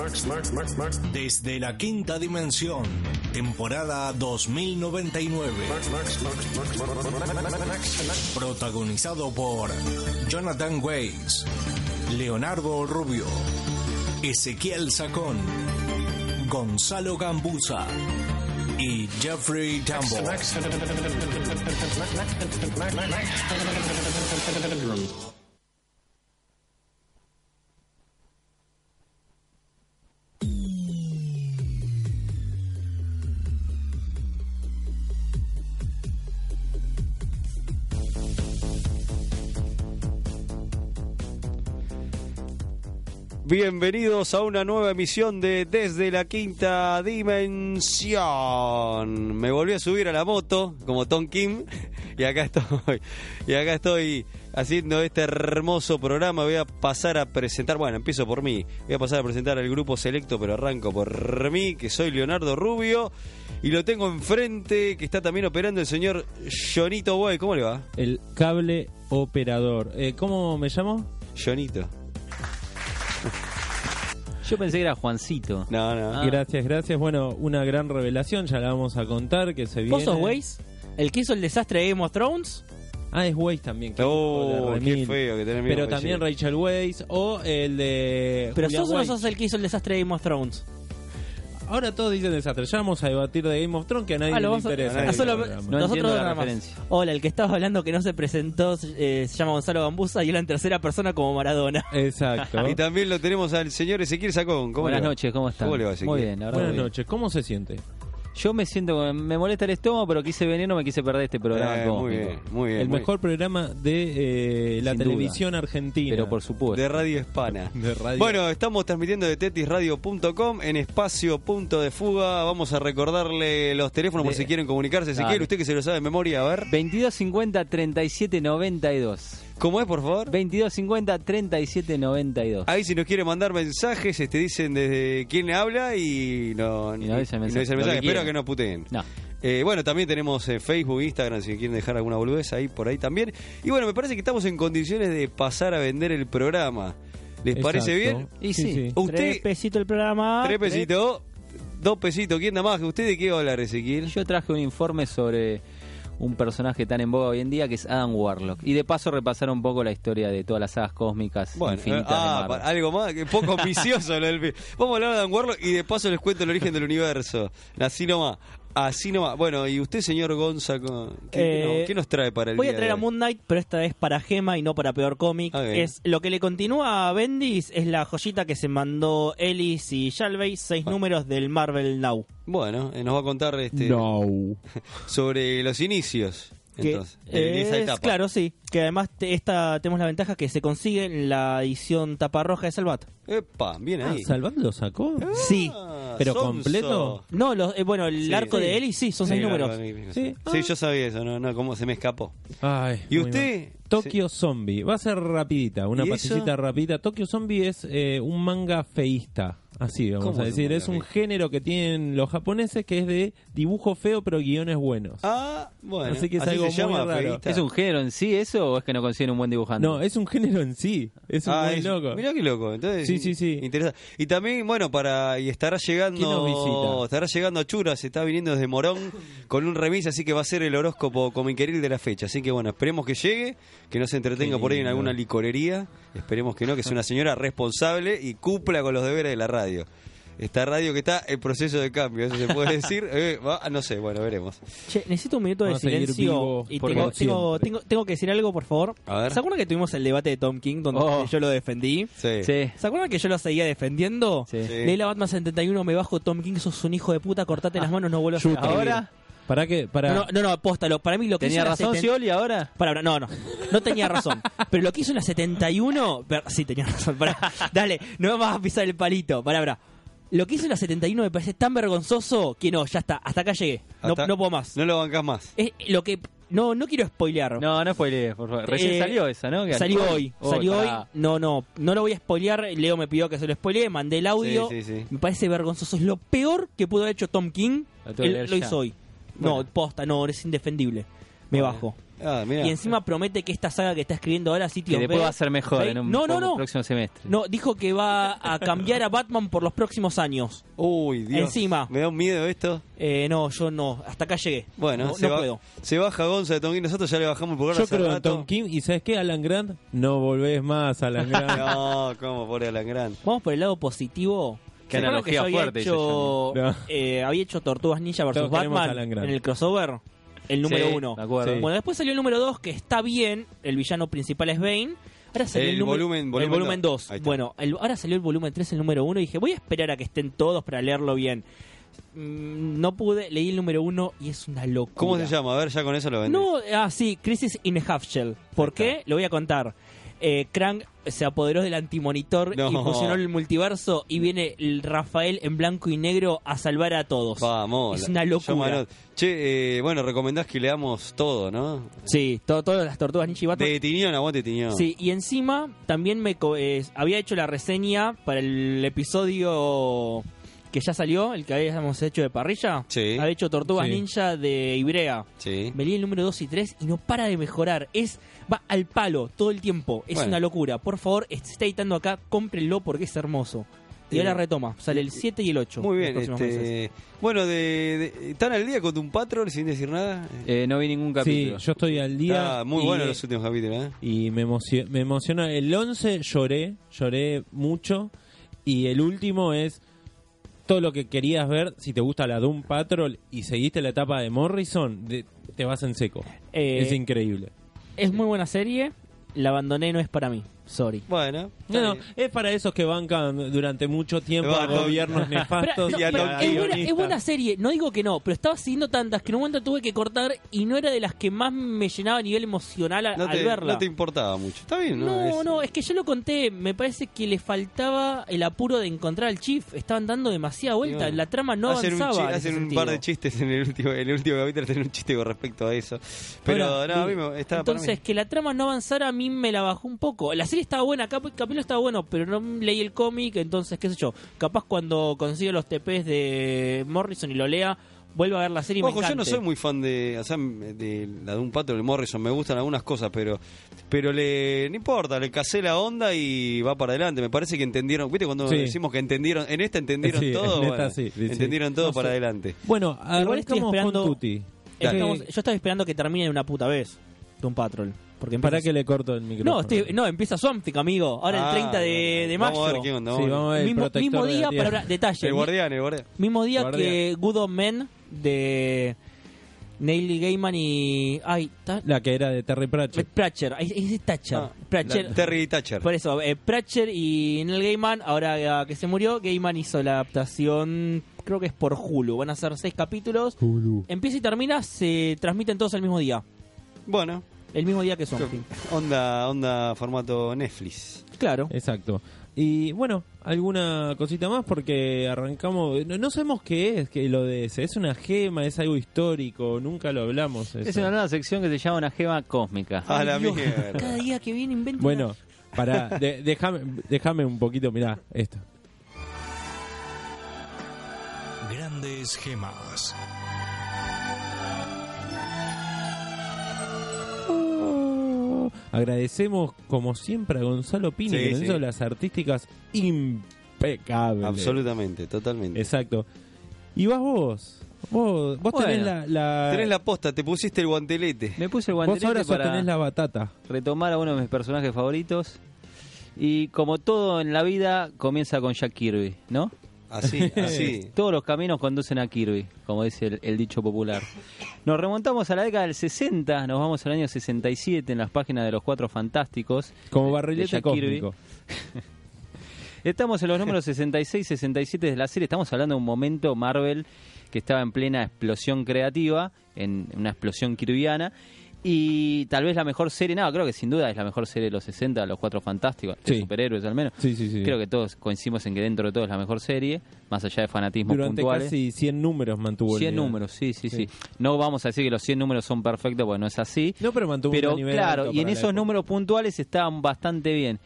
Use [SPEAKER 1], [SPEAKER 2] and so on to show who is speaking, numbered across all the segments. [SPEAKER 1] Max, Max, Max, Max.
[SPEAKER 2] Desde la quinta dimensión, temporada 2099.
[SPEAKER 1] Max, Max, Max, Max, Max, Max, Max, Max.
[SPEAKER 2] Protagonizado por Jonathan Weiss, Leonardo Rubio, Ezequiel Sacón, Gonzalo Gambusa y Jeffrey Tambor.
[SPEAKER 3] Bienvenidos a una nueva emisión de Desde la Quinta Dimensión. Me volví a subir a la moto como Tom Kim y acá estoy. Y acá estoy haciendo este hermoso programa. Voy a pasar a presentar, bueno, empiezo por mí. Voy a pasar a presentar al grupo selecto, pero arranco por mí, que soy Leonardo Rubio. Y lo tengo enfrente, que está también operando el señor Jonito Boy. ¿Cómo le va?
[SPEAKER 4] El cable operador. Eh, ¿Cómo me llamo?
[SPEAKER 3] Jonito.
[SPEAKER 5] Yo pensé que era Juancito.
[SPEAKER 3] No, no.
[SPEAKER 5] Ah.
[SPEAKER 4] Gracias, gracias. Bueno, una gran revelación, ya la vamos a contar, que se viene.
[SPEAKER 5] ¿Vos sos Waze? ¿El que hizo el desastre de Game of Thrones?
[SPEAKER 4] Ah, es Waze también. que
[SPEAKER 3] Oh,
[SPEAKER 4] hijo de
[SPEAKER 3] qué
[SPEAKER 4] remil.
[SPEAKER 3] feo que tenés miedo
[SPEAKER 4] Pero
[SPEAKER 3] que
[SPEAKER 4] también
[SPEAKER 3] llegue.
[SPEAKER 4] Rachel Waze o el de.
[SPEAKER 5] ¿Pero
[SPEAKER 4] Julia
[SPEAKER 5] sos o no
[SPEAKER 4] Weiss.
[SPEAKER 5] sos el que hizo el desastre de Game of Thrones?
[SPEAKER 4] Ahora todos dicen desastre. Ya vamos a debatir de Game of Thrones que a nadie
[SPEAKER 5] Ah, lo
[SPEAKER 4] le
[SPEAKER 5] vas a-
[SPEAKER 4] interesa.
[SPEAKER 3] a
[SPEAKER 4] este
[SPEAKER 3] nadie.
[SPEAKER 5] solo-
[SPEAKER 4] programa.
[SPEAKER 5] nosotros entiendo la nada más. referencia.
[SPEAKER 6] Hola, el que estaba hablando que no se presentó eh, se llama Gonzalo Gambusa y es la tercera persona como Maradona.
[SPEAKER 4] Exacto.
[SPEAKER 3] Y también lo tenemos al señor Ezequiel Sacón. ¿Cómo
[SPEAKER 5] Buenas
[SPEAKER 3] le va?
[SPEAKER 5] noches, ¿cómo están?
[SPEAKER 3] ¿Cómo le va, Ezequiel?
[SPEAKER 5] Muy bien, la verdad.
[SPEAKER 4] Buenas
[SPEAKER 5] muy bien.
[SPEAKER 4] noches, ¿cómo se siente?
[SPEAKER 5] Yo me siento, me molesta el estómago, pero quise venir, no me quise perder este
[SPEAKER 3] Eh,
[SPEAKER 5] programa cósmico.
[SPEAKER 3] muy bien, muy bien.
[SPEAKER 4] el
[SPEAKER 3] muy
[SPEAKER 4] mejor programa de eh, la
[SPEAKER 5] Sin
[SPEAKER 4] televisión argentina.
[SPEAKER 5] Pero por
[SPEAKER 3] bien.
[SPEAKER 5] supuesto.
[SPEAKER 3] De Radio Hispana.
[SPEAKER 4] De radio.
[SPEAKER 3] Bueno, estamos transmitiendo de tetisradio.com en espacio punto de fuga. Vamos a recordarle los teléfonos por
[SPEAKER 5] De-
[SPEAKER 3] si quieren comunicarse. Ezequiel,
[SPEAKER 5] Dale.
[SPEAKER 3] usted que se lo sabe de memoria, a ver.
[SPEAKER 5] 2250 3792.
[SPEAKER 3] ¿Cómo es, por favor?
[SPEAKER 5] 2250 3792.
[SPEAKER 3] Ahí si nos quiere mandar mensajes, te dicen desde quién habla y no,
[SPEAKER 5] Y nos dice el
[SPEAKER 3] y
[SPEAKER 5] mensaje, lo que
[SPEAKER 3] Espero
[SPEAKER 5] quieran.
[SPEAKER 3] que no puteen.
[SPEAKER 5] No.
[SPEAKER 3] Eh, bueno, también tenemos eh, Facebook, Instagram, si quieren dejar alguna boludez ahí por ahí también. Y bueno, me parece que estamos en condiciones de pasar a vender el programa. ¿Les parece bien?
[SPEAKER 4] Exacto.
[SPEAKER 5] Y sí.
[SPEAKER 3] Usted,
[SPEAKER 6] pesito el programa.
[SPEAKER 3] tres pesitos, dos pesitos, ¿quién da más? ¿Usted de qué va a hablar, Ezequiel?
[SPEAKER 5] Yo traje un informe sobre un personaje tan en boga hoy en día que es Adam Warlock. Y de paso repasar un poco la historia de todas las sagas cósmicas
[SPEAKER 3] Bueno, eh,
[SPEAKER 5] infinitas de
[SPEAKER 3] ah,
[SPEAKER 5] Marvel.
[SPEAKER 3] pa- algo más, que poco ambicioso lo del pi- Vamos a hablar de Dan Warlock y de paso les cuento el origen del universo. Así nomás, así nomás. Bueno, y usted, señor Gonza, con- ¿qué,
[SPEAKER 6] Eh,
[SPEAKER 3] no, qué nos trae para el
[SPEAKER 6] Voy a
[SPEAKER 3] día
[SPEAKER 6] traer
[SPEAKER 3] de
[SPEAKER 6] a
[SPEAKER 3] hoy?
[SPEAKER 6] Moon Knight, pero esta vez para Gema y no para peor cómic.
[SPEAKER 3] Ok.
[SPEAKER 6] Es lo que le continúa a Bendis es la joyita que se mandó Ellis y Shalvey, seis
[SPEAKER 3] Ah.
[SPEAKER 6] números del Marvel Now.
[SPEAKER 3] Bueno, eh, nos va a contar este, sobre los inicios.
[SPEAKER 6] Que
[SPEAKER 3] Entonces, en esa
[SPEAKER 6] es-
[SPEAKER 3] etapa.
[SPEAKER 6] claro, sí. Que además te- esta tenemos la ventaja que se consigue en la edición tapa roja de Salvat.
[SPEAKER 3] Epa, bien
[SPEAKER 4] Ah,
[SPEAKER 3] ahí.
[SPEAKER 4] ¿Salvat lo sacó?
[SPEAKER 6] Sí.
[SPEAKER 3] Ah,
[SPEAKER 4] ¿Pero
[SPEAKER 3] sonso.
[SPEAKER 4] completo?
[SPEAKER 6] No, los- eh, bueno, el
[SPEAKER 3] Sí,
[SPEAKER 6] arco
[SPEAKER 3] sí.
[SPEAKER 6] de Ellis sí, son
[SPEAKER 3] Sí,
[SPEAKER 6] seis
[SPEAKER 3] no,
[SPEAKER 6] números.
[SPEAKER 3] no,
[SPEAKER 4] Sí.
[SPEAKER 3] no, Sí, yo sabía eso, no, no, cómo se me escapó.
[SPEAKER 4] Ay,
[SPEAKER 3] ¿Y
[SPEAKER 4] muy
[SPEAKER 3] usted?
[SPEAKER 4] mal. Tokio Zombie. Va a ser rapidita, una
[SPEAKER 3] ¿Y eso?
[SPEAKER 4] pasillita rapidita. Tokio Zombie es eh, un manga feísta. Así vamos
[SPEAKER 3] ¿Cómo
[SPEAKER 4] a
[SPEAKER 3] es un
[SPEAKER 4] decir.
[SPEAKER 3] manga
[SPEAKER 4] Es un
[SPEAKER 3] feísta?
[SPEAKER 4] género que tienen los japoneses que es de dibujo feo pero guiones buenos.
[SPEAKER 3] Ah, bueno.
[SPEAKER 4] Así que es
[SPEAKER 3] se
[SPEAKER 4] algo muy
[SPEAKER 3] llama,
[SPEAKER 4] raro.
[SPEAKER 3] feísta.
[SPEAKER 5] ¿Es un género en sí eso o es que no consiguen un buen dibujante?
[SPEAKER 4] No, es un género en sí. Es un
[SPEAKER 3] Ah,
[SPEAKER 4] muy
[SPEAKER 3] es-
[SPEAKER 4] loco.
[SPEAKER 3] Mirá qué loco. Entonces,
[SPEAKER 4] Sí, sí, sí.
[SPEAKER 3] Interesante. Y también, bueno, para y estará
[SPEAKER 4] ¿Quién nos
[SPEAKER 3] llegando
[SPEAKER 4] visita?
[SPEAKER 3] estará llegando a Churas, está viniendo desde Morón con un remis, así que va a ser el horóscopo comiqueril de la fecha. Así que bueno, esperemos que llegue, que no se entretenga por ahí en alguna licorería. Esperemos que no, que sea una señora responsable y cumpla con los deberes de la radio. Esta radio que está en proceso de cambio, eso se puede decir. Eh, va- no sé, bueno, veremos.
[SPEAKER 6] Che, necesito un minuto de
[SPEAKER 4] Vamos a seguir vivo
[SPEAKER 6] silencio. Y
[SPEAKER 4] por
[SPEAKER 6] tengo, tengo,
[SPEAKER 4] siempre.
[SPEAKER 6] tengo- tengo que decir algo, por favor.
[SPEAKER 3] A ver.
[SPEAKER 6] ¿Se acuerdan que tuvimos el debate de Tom King donde
[SPEAKER 5] Oh.
[SPEAKER 6] yo lo defendí?
[SPEAKER 3] Sí.
[SPEAKER 5] Sí.
[SPEAKER 6] ¿Se acuerdan que yo lo seguía defendiendo?
[SPEAKER 5] Sí.
[SPEAKER 3] Sí.
[SPEAKER 6] Leí la Batman 71, me bajo Tom King, sos un hijo de puta, cortate las manos, no vuelvas a
[SPEAKER 5] Ahora,
[SPEAKER 4] ¿Para qué? Para...
[SPEAKER 6] No, no, no, apóstalo. Para mí lo que
[SPEAKER 5] ¿Tenía
[SPEAKER 6] hizo la
[SPEAKER 5] razón
[SPEAKER 6] 70
[SPEAKER 5] Scioli ahora?
[SPEAKER 6] Pará, pará, no, no. No tenía razón. Pero lo que hizo en la 71. per- sí, tenía razón. Pará. Dale, no me vas a pisar el palito. Pará, pará. Lo que hizo en la 71 me parece tan vergonzoso que no, ya está. Hasta acá llegué. No,
[SPEAKER 3] Hasta-
[SPEAKER 6] no puedo más.
[SPEAKER 3] No lo bancás más.
[SPEAKER 6] Es lo que. No, no quiero spoilear.
[SPEAKER 5] No, no spoilees, por favor. Recién
[SPEAKER 6] Eh,
[SPEAKER 5] salió esa, ¿no? Que-
[SPEAKER 6] Salió hoy,
[SPEAKER 5] Oh,
[SPEAKER 6] salió hoy.
[SPEAKER 5] pará.
[SPEAKER 6] No, no, no lo voy a spoilear. Leo me pidió que se lo spoilee, mandé el audio.
[SPEAKER 3] Sí, sí, sí.
[SPEAKER 6] Me parece vergonzoso. Es lo peor que pudo haber hecho Tom King.
[SPEAKER 5] Lo tengo que
[SPEAKER 6] Él
[SPEAKER 5] leer
[SPEAKER 6] lo
[SPEAKER 5] ya.
[SPEAKER 6] hizo hoy. No,
[SPEAKER 5] Bueno.
[SPEAKER 6] posta, no, es indefendible. Me bajo.
[SPEAKER 3] Ah, mirá.
[SPEAKER 6] Y encima promete que esta saga que está escribiendo ahora sí
[SPEAKER 5] Que
[SPEAKER 6] tío,
[SPEAKER 5] después
[SPEAKER 6] ve-
[SPEAKER 5] va a ser mejor
[SPEAKER 6] ve-
[SPEAKER 5] en un
[SPEAKER 6] No, no,
[SPEAKER 5] por-
[SPEAKER 6] no.
[SPEAKER 5] próximo semestre.
[SPEAKER 6] No, dijo que va a cambiar a Batman por los próximos años.
[SPEAKER 3] Uy, Dios.
[SPEAKER 6] Encima.
[SPEAKER 3] Me da un miedo esto.
[SPEAKER 6] Eh, no, yo no. Hasta acá llegué.
[SPEAKER 3] Bueno,
[SPEAKER 6] no,
[SPEAKER 3] se,
[SPEAKER 6] no
[SPEAKER 3] ba-
[SPEAKER 6] puedo.
[SPEAKER 3] se baja Gonza de Tonguín. Nosotros ya le bajamos el pulgar
[SPEAKER 4] Yo
[SPEAKER 3] hace
[SPEAKER 4] creo en
[SPEAKER 3] rato.
[SPEAKER 4] Tom Kim. ¿Y sabes qué? Alan Grant, no volvés más, Alan Grant.
[SPEAKER 3] No, cómo, pobre Alan Grant.
[SPEAKER 6] Vamos por el lado positivo.
[SPEAKER 5] Qué
[SPEAKER 6] ¿Se acuerdan
[SPEAKER 5] analogía
[SPEAKER 6] que yo había
[SPEAKER 5] fuerte,
[SPEAKER 6] Hecho,
[SPEAKER 4] dice Johnny. No.
[SPEAKER 6] eh, había hecho Tortugas Ninja versus
[SPEAKER 4] Todos queremos a
[SPEAKER 6] Batman
[SPEAKER 4] Alan Grant.
[SPEAKER 6] en el crossover. El número
[SPEAKER 5] Sí,
[SPEAKER 6] uno.
[SPEAKER 5] me acuerdo.
[SPEAKER 4] Sí.
[SPEAKER 6] Bueno, después salió el número dos, que está bien. El villano principal es Bane. Ahora salió el,
[SPEAKER 3] El
[SPEAKER 6] número-
[SPEAKER 3] volumen-
[SPEAKER 6] el
[SPEAKER 3] volumen
[SPEAKER 6] volumen
[SPEAKER 3] dos.
[SPEAKER 6] 2.
[SPEAKER 3] Ahí está.
[SPEAKER 6] Bueno, el- ahora salió el volumen 3, el número 1. Y dije, voy a esperar a que estén todos para leerlo bien. Mm, No pude, leí el número 1 y es una locura.
[SPEAKER 3] ¿Cómo se llama? A ver, ya con eso lo vendí.
[SPEAKER 6] No, ah, sí, Crisis in a Half Shell. ¿Por qué? Lo voy a contar. Eh, Krang se apoderó del antimonitor
[SPEAKER 3] No.
[SPEAKER 6] y fusionó el multiverso y viene el Rafael en blanco y negro a salvar a todos.
[SPEAKER 3] Vamos.
[SPEAKER 6] Es una locura.
[SPEAKER 3] Yo, Manot. Che, eh, bueno, recomendás que leamos todo, ¿no?
[SPEAKER 6] Sí, todo, todas las tortugas Ninja y Batman.
[SPEAKER 3] De Tinión, aguante Tinión.
[SPEAKER 6] Sí, y encima también me co- eh, había hecho la reseña para el episodio que ya salió, el que habíamos hecho de parrilla.
[SPEAKER 3] Sí.
[SPEAKER 6] Había hecho Tortugas
[SPEAKER 4] Sí.
[SPEAKER 6] Ninja de Ibrea.
[SPEAKER 3] Sí.
[SPEAKER 6] Me leí el número 2 y 3 y no para de mejorar. Es va al palo todo el tiempo. Es
[SPEAKER 3] Bueno.
[SPEAKER 6] una locura. Por favor, si está editando acá, cómprenlo porque es hermoso. Y ahora
[SPEAKER 3] Eh,
[SPEAKER 6] retoma. Sale el 7 y el 8.
[SPEAKER 3] Muy bien.
[SPEAKER 6] los próximos meses.
[SPEAKER 3] Este, bueno, de, de- ¿están al día con un patrol sin decir nada?
[SPEAKER 5] Eh, no vi ningún
[SPEAKER 4] sí,
[SPEAKER 5] capítulo.
[SPEAKER 4] yo estoy al día.
[SPEAKER 3] Está muy
[SPEAKER 4] y-
[SPEAKER 3] bueno los últimos capítulos, ¿eh?
[SPEAKER 4] Y me, emocio- me emociona. El 11 lloré, lloré mucho. Y el último es todo lo que querías ver. Si te gusta la Doom Patrol y seguiste la etapa de Morrison, de- te vas en seco.
[SPEAKER 6] Eh,
[SPEAKER 4] es increíble.
[SPEAKER 6] Es muy buena serie. La abandoné, no es para mí. Sorry.
[SPEAKER 3] Bueno.
[SPEAKER 4] No,
[SPEAKER 3] está
[SPEAKER 4] no,
[SPEAKER 3] bien.
[SPEAKER 4] es para esos que bancan durante mucho tiempo a
[SPEAKER 3] Bancan.
[SPEAKER 4] gobiernos nefastos.
[SPEAKER 3] no,
[SPEAKER 4] y a
[SPEAKER 3] pero
[SPEAKER 4] los
[SPEAKER 6] es, buena, es
[SPEAKER 4] guionistas.
[SPEAKER 6] buena serie, no digo que no, pero estaba siguiendo tantas que en un momento tuve que cortar y no era de las que más me llenaba a nivel emocional a-
[SPEAKER 3] No
[SPEAKER 6] al
[SPEAKER 3] te,
[SPEAKER 6] verla.
[SPEAKER 3] no te importaba mucho. Está bien, ¿no?
[SPEAKER 6] No,
[SPEAKER 3] Es-
[SPEAKER 6] no, es que yo lo conté. Me parece que le faltaba el apuro de encontrar al chief. Estaban dando demasiada vuelta.
[SPEAKER 3] bueno.
[SPEAKER 6] la trama no
[SPEAKER 3] hacen un,
[SPEAKER 6] avanzaba.
[SPEAKER 3] chi-
[SPEAKER 6] en ese
[SPEAKER 3] hacen un
[SPEAKER 6] sentido.
[SPEAKER 3] par de chistes en el último, en el último capítulo, hacen un chiste con respecto a eso. Pero
[SPEAKER 6] Ahora,
[SPEAKER 3] no, a
[SPEAKER 6] sí.
[SPEAKER 3] mí me, está para mí.
[SPEAKER 6] Entonces, que la trama no avanzara a mí me la bajó un poco. La serie estaba buena, cap capítulo estaba bueno, pero no leí el cómic, entonces, qué sé yo. Capaz cuando consiga los TPs de Morrison y lo lea, vuelvo a ver la serie y me
[SPEAKER 3] Ojo, yo no
[SPEAKER 6] encante.
[SPEAKER 3] soy muy fan de, o sea, de la de un pato del Morrison, me gustan algunas cosas, pero pero le no importa, le casé la onda y va para adelante. Me parece que entendieron, ¿viste cuando
[SPEAKER 4] Sí.
[SPEAKER 3] decimos que entendieron, en esta entendieron
[SPEAKER 4] Sí,
[SPEAKER 3] todo?
[SPEAKER 4] en
[SPEAKER 3] bueno,
[SPEAKER 4] esta sí, sí, sí.
[SPEAKER 3] entendieron todo
[SPEAKER 4] No
[SPEAKER 3] para
[SPEAKER 4] sé.
[SPEAKER 3] adelante.
[SPEAKER 4] Bueno,
[SPEAKER 6] Igual estoy
[SPEAKER 4] arrancamos con
[SPEAKER 6] esperando-
[SPEAKER 4] Tuti.
[SPEAKER 6] Estamos-
[SPEAKER 4] Eh,
[SPEAKER 6] yo estaba esperando que termine de una puta vez Doom Patrol. Porque empieza
[SPEAKER 4] para que le corto el micrófono.
[SPEAKER 6] No, estoy- no, empieza Swamp Thing, amigo. Ahora
[SPEAKER 3] Ah,
[SPEAKER 6] el 30 de, de mayo.
[SPEAKER 3] Vamos a ver qué onda.
[SPEAKER 4] Sí,
[SPEAKER 3] vamos a ver.
[SPEAKER 4] vamos a ver el
[SPEAKER 6] mismo,
[SPEAKER 4] protector
[SPEAKER 6] mismo
[SPEAKER 4] de la
[SPEAKER 6] día,
[SPEAKER 4] tierra.
[SPEAKER 6] para detalle.
[SPEAKER 3] El
[SPEAKER 6] mi-
[SPEAKER 3] guardián, el guardián.
[SPEAKER 6] mismo día
[SPEAKER 4] Guardián.
[SPEAKER 6] que Good Old Men de Neil Gaiman y. Ay, ta-
[SPEAKER 4] La que era de Terry
[SPEAKER 6] eh,
[SPEAKER 4] Pratchett.
[SPEAKER 6] Pratchett. Ahí ahí dice Thatcher.
[SPEAKER 3] Ah,
[SPEAKER 6] Pratchett.
[SPEAKER 3] la- Terry Thatcher.
[SPEAKER 6] Por eso, eh, Pratchett y Neil Gaiman, ahora eh, que se murió, Gaiman hizo la adaptación, creo que es por Hulu. Van a ser seis capítulos. Empieza y termina, se transmiten todos el mismo día.
[SPEAKER 3] Bueno,
[SPEAKER 6] El mismo día que Swamp Thing.
[SPEAKER 3] onda onda formato Netflix.
[SPEAKER 6] Claro.
[SPEAKER 4] Exacto. Y bueno, alguna cosita más porque arrancamos. No, no sabemos qué es que lo de ese. Es una gema, es algo histórico. Nunca lo hablamos. eso.
[SPEAKER 5] Es una nueva sección que se llama una gema cósmica.
[SPEAKER 3] A la
[SPEAKER 6] Dios,
[SPEAKER 3] mierda.
[SPEAKER 6] Cada día que viene invento
[SPEAKER 4] Bueno, para déjame déjame un poquito. Mirá, esto.
[SPEAKER 2] Grandes gemas.
[SPEAKER 4] Agradecemos como siempre a Gonzalo Pini
[SPEAKER 3] Sí,
[SPEAKER 4] que nos
[SPEAKER 3] sí.
[SPEAKER 4] hizo las artísticas impecables.
[SPEAKER 3] Absolutamente, totalmente.
[SPEAKER 4] Exacto. Y vas vos. Vos, vos tenés
[SPEAKER 5] Bueno.
[SPEAKER 4] la, la-
[SPEAKER 3] Tenés la posta, te pusiste el guantelete.
[SPEAKER 5] Me puse el
[SPEAKER 4] Vos ahora
[SPEAKER 5] guantelete
[SPEAKER 4] solo
[SPEAKER 5] para
[SPEAKER 4] tenés la batata.
[SPEAKER 5] retomar a uno de mis personajes favoritos. Y como todo en la vida, comienza con Jack Kirby, ¿no?
[SPEAKER 3] Así, así.
[SPEAKER 5] Todos los caminos conducen a Kirby, como dice el, el dicho popular. Nos remontamos a la década del 60, nos vamos al año 67 en las páginas de Los Cuatro Fantásticos.
[SPEAKER 4] Como
[SPEAKER 5] de- de
[SPEAKER 4] barrilete
[SPEAKER 5] Jack Kirby.
[SPEAKER 4] cósmico.
[SPEAKER 5] Estamos en los números 66, 67 de la serie. Estamos hablando de un momento Marvel que estaba en plena explosión creativa, en una explosión kirviana. Y tal vez la mejor serie, no, creo que sin duda es la mejor serie de los 60, los cuatro fantásticos, de
[SPEAKER 4] Sí.
[SPEAKER 5] superhéroes al menos.
[SPEAKER 4] Sí, sí, sí.
[SPEAKER 5] Creo que todos coincidimos en que dentro de todo es la mejor serie, más allá de fanatismos
[SPEAKER 4] Durante
[SPEAKER 5] puntuales.
[SPEAKER 4] casi 100 números mantuvo el
[SPEAKER 5] 100
[SPEAKER 4] nivel.
[SPEAKER 5] números, sí, sí,
[SPEAKER 4] Sí.
[SPEAKER 5] sí, No vamos a decir que los 100 números son perfectos, porque no es así.
[SPEAKER 4] No, pero mantuvo
[SPEAKER 5] Pero
[SPEAKER 4] un nivel
[SPEAKER 5] claro,
[SPEAKER 4] alto
[SPEAKER 5] y en
[SPEAKER 4] para la
[SPEAKER 5] esos
[SPEAKER 4] época.
[SPEAKER 5] números puntuales estaban bastante bien.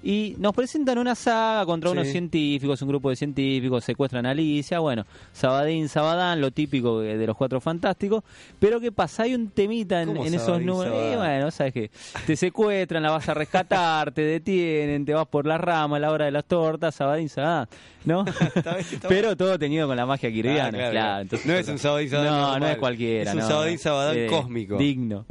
[SPEAKER 5] Y nos presentan una saga contra unos
[SPEAKER 3] Sí.
[SPEAKER 5] científicos, un grupo de científicos, secuestran a Alicia, bueno, Sabadín, Sabadán, lo típico de de los cuatro fantásticos. Pero ¿qué pasa? Hay un temita en,
[SPEAKER 3] ¿Cómo
[SPEAKER 5] en esos
[SPEAKER 3] Sabadín,
[SPEAKER 5] números. eh, Y
[SPEAKER 3] Sabadán?
[SPEAKER 5] bueno, sabes que te secuestran, la vas a rescatar, te detienen, te vas por la rama a la hora de las tortas, Sabadín, Sabadán, ¿no?
[SPEAKER 3] bien, está
[SPEAKER 5] pero todo tenido con la magia kirviana,
[SPEAKER 3] Ah,
[SPEAKER 5] claro.
[SPEAKER 3] claro, claro.
[SPEAKER 5] entonces-
[SPEAKER 3] No es un Sabadín Sabadán
[SPEAKER 5] No, no
[SPEAKER 3] normal.
[SPEAKER 5] es cualquiera.
[SPEAKER 3] Es un
[SPEAKER 5] no,
[SPEAKER 3] Sabadín
[SPEAKER 5] no.
[SPEAKER 3] Sabadán
[SPEAKER 5] Eh,
[SPEAKER 3] cósmico.
[SPEAKER 5] Digno.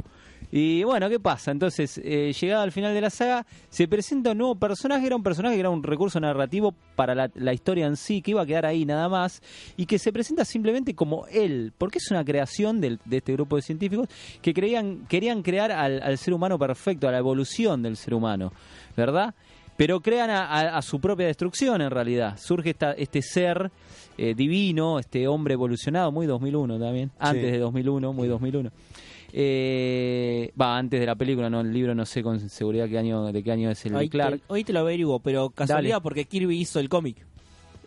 [SPEAKER 5] Y bueno, ¿qué pasa? Entonces, eh, llegada al final de la saga, se presenta un nuevo personaje, era un personaje que era un recurso narrativo para la, la historia en sí, que iba a quedar ahí nada más, y que se presenta simplemente como él, porque es una creación del- de este grupo de científicos que creían, querían crear al, al ser humano perfecto, a la evolución del ser humano, ¿verdad? Pero crean a, a- a su propia destrucción en realidad. Surge esta- este ser eh, divino, este hombre evolucionado, muy 2001 también, antes
[SPEAKER 3] Sí.
[SPEAKER 5] de 2001, muy 2001. Eh, Va, antes de la película, no el libro, no sé con seguridad qué año, de qué año es el de
[SPEAKER 6] Hoy
[SPEAKER 5] Clark.
[SPEAKER 6] te, hoy te lo averiguo, pero casualidad porque Kirby hizo el cómic.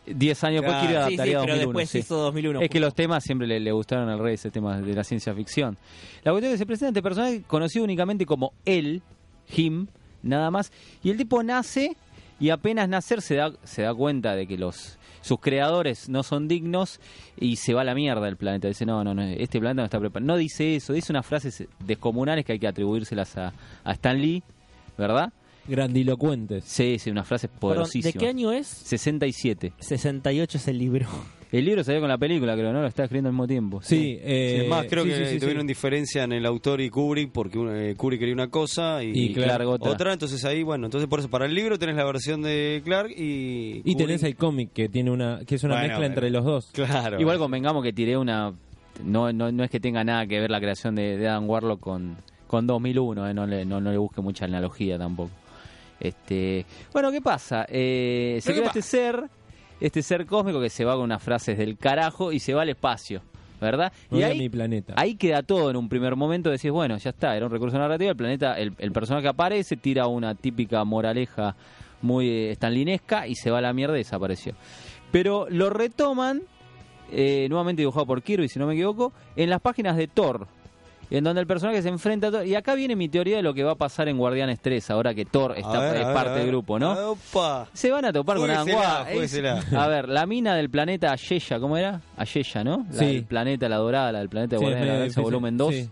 [SPEAKER 5] 10 años
[SPEAKER 3] Claro.
[SPEAKER 5] después quiere
[SPEAKER 3] Sí,
[SPEAKER 6] Sí, sí,
[SPEAKER 5] adaptaría a
[SPEAKER 6] pero
[SPEAKER 5] 2001.
[SPEAKER 6] después
[SPEAKER 5] sí.
[SPEAKER 6] hizo 2001.
[SPEAKER 5] Es que
[SPEAKER 6] justo.
[SPEAKER 5] los temas siempre le, le gustaron al rey, ese tema de la ciencia ficción. La cuestión es que se presenta este personaje conocido únicamente como él, him, nada más. Y el tipo nace y apenas nacer se da, se da cuenta de que los sus creadores no son dignos y se va a la mierda el planeta. Dice, no, no, no, este planeta no está preparado. No dice eso, dice unas frases descomunales que hay que atribuírselas a, a Stan Lee, ¿verdad?
[SPEAKER 4] Grandilocuentes.
[SPEAKER 5] Sí, sí, unas frases
[SPEAKER 6] Perdón, ¿De
[SPEAKER 5] poderosísimas.
[SPEAKER 6] qué año es?
[SPEAKER 5] 67.
[SPEAKER 6] 68 es el libro.
[SPEAKER 5] El libro salió con la película, creo, ¿no? Lo está escribiendo al mismo tiempo.
[SPEAKER 4] Sí,
[SPEAKER 3] Sí,
[SPEAKER 4] eh,
[SPEAKER 3] es más, creo
[SPEAKER 4] sí,
[SPEAKER 3] que
[SPEAKER 4] sí, sí, sí.
[SPEAKER 3] tuvieron diferencia en el autor y Kubrick, porque eh, Kubrick quería una cosa y,
[SPEAKER 4] Y Clark
[SPEAKER 5] otra.
[SPEAKER 3] Entonces ahí, bueno, entonces por eso para el libro tenés la versión de Clark y.
[SPEAKER 4] Y tenés
[SPEAKER 3] Kubrick.
[SPEAKER 4] el cómic que tiene una que es una
[SPEAKER 3] Bueno,
[SPEAKER 4] mezcla
[SPEAKER 3] pero-
[SPEAKER 4] entre los dos.
[SPEAKER 3] Claro.
[SPEAKER 5] Igual convengamos que tiré una. No, no, no es que tenga nada que ver la creación de, de Adam Warlock con, con 2001, eh, no, le, no, no le busque mucha analogía tampoco. Este, bueno, ¿qué pasa? Eh, se
[SPEAKER 3] ¿Pero
[SPEAKER 5] crea
[SPEAKER 3] qué
[SPEAKER 5] este ser, este ser cósmico que se va con unas frases del carajo y se va al espacio, ¿verdad?
[SPEAKER 4] Me
[SPEAKER 5] y
[SPEAKER 4] voy a mi planeta.
[SPEAKER 5] Ahí queda todo en un primer momento. Decís, bueno, ya está, era un recurso narrativo. El planeta, el, el personaje aparece, tira una típica moraleja muy eh, stanlinesca y se va a la mierda y desapareció. Pero lo retoman, eh, nuevamente dibujado por Kirby, si no me equivoco, en las páginas de Thor. En donde el personaje se enfrenta a Thor. Y acá viene mi teoría de lo que va a pasar en Guardianes 3, ahora que Thor
[SPEAKER 3] A
[SPEAKER 5] está,
[SPEAKER 3] ver,
[SPEAKER 5] es
[SPEAKER 3] a ver,
[SPEAKER 5] parte
[SPEAKER 3] a
[SPEAKER 5] del
[SPEAKER 3] ver.
[SPEAKER 5] grupo, ¿no?
[SPEAKER 3] Opa.
[SPEAKER 5] Se van a topar con Adam
[SPEAKER 3] Jueguesela,
[SPEAKER 5] Warlock.
[SPEAKER 3] jueguesela.
[SPEAKER 5] A ver, la mina del planeta Ayeya, ¿cómo era? Ayeya, ¿no? La
[SPEAKER 4] Sí.
[SPEAKER 5] del planeta, la dorada, la del planeta de
[SPEAKER 4] Sí, es
[SPEAKER 5] Guardianes de la
[SPEAKER 4] medio
[SPEAKER 5] Galaxia,
[SPEAKER 4] difícil.
[SPEAKER 5] volumen 2.
[SPEAKER 4] Sí.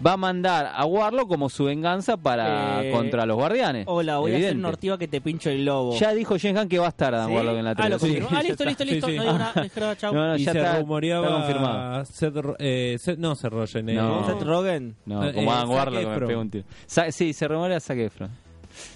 [SPEAKER 5] Va a mandar a Warlock como su venganza para
[SPEAKER 6] Eh,
[SPEAKER 5] contra los guardianes.
[SPEAKER 6] Hola, voy a hacer
[SPEAKER 5] Evidente.
[SPEAKER 6] una ortiva que te pincho el lobo.
[SPEAKER 5] Ya dijo James Gunn que va a estar Adam
[SPEAKER 6] ¿Sí?
[SPEAKER 5] Warlock en la
[SPEAKER 6] Ah, lo
[SPEAKER 5] tele.
[SPEAKER 4] Sí,
[SPEAKER 6] confirmó. Ah,
[SPEAKER 4] ya
[SPEAKER 6] listo,
[SPEAKER 4] está.
[SPEAKER 6] listo, listo.
[SPEAKER 4] Sí, sí.
[SPEAKER 6] No digo nada, dejado, chau.
[SPEAKER 5] Ah. No, no,
[SPEAKER 4] y
[SPEAKER 5] ya
[SPEAKER 4] se
[SPEAKER 5] está,
[SPEAKER 4] rumoreaba
[SPEAKER 5] está confirmado.
[SPEAKER 4] Seth Ro- eh, Seth- no, Seth Rogen, eh,
[SPEAKER 5] No.
[SPEAKER 6] Seth Rogen.
[SPEAKER 5] No,
[SPEAKER 4] Eh,
[SPEAKER 5] como Adam
[SPEAKER 4] Zac
[SPEAKER 5] Warlock que me
[SPEAKER 4] Efron.
[SPEAKER 5] pegó un tiro. Sa- sí, se rumorea a Zac Efron.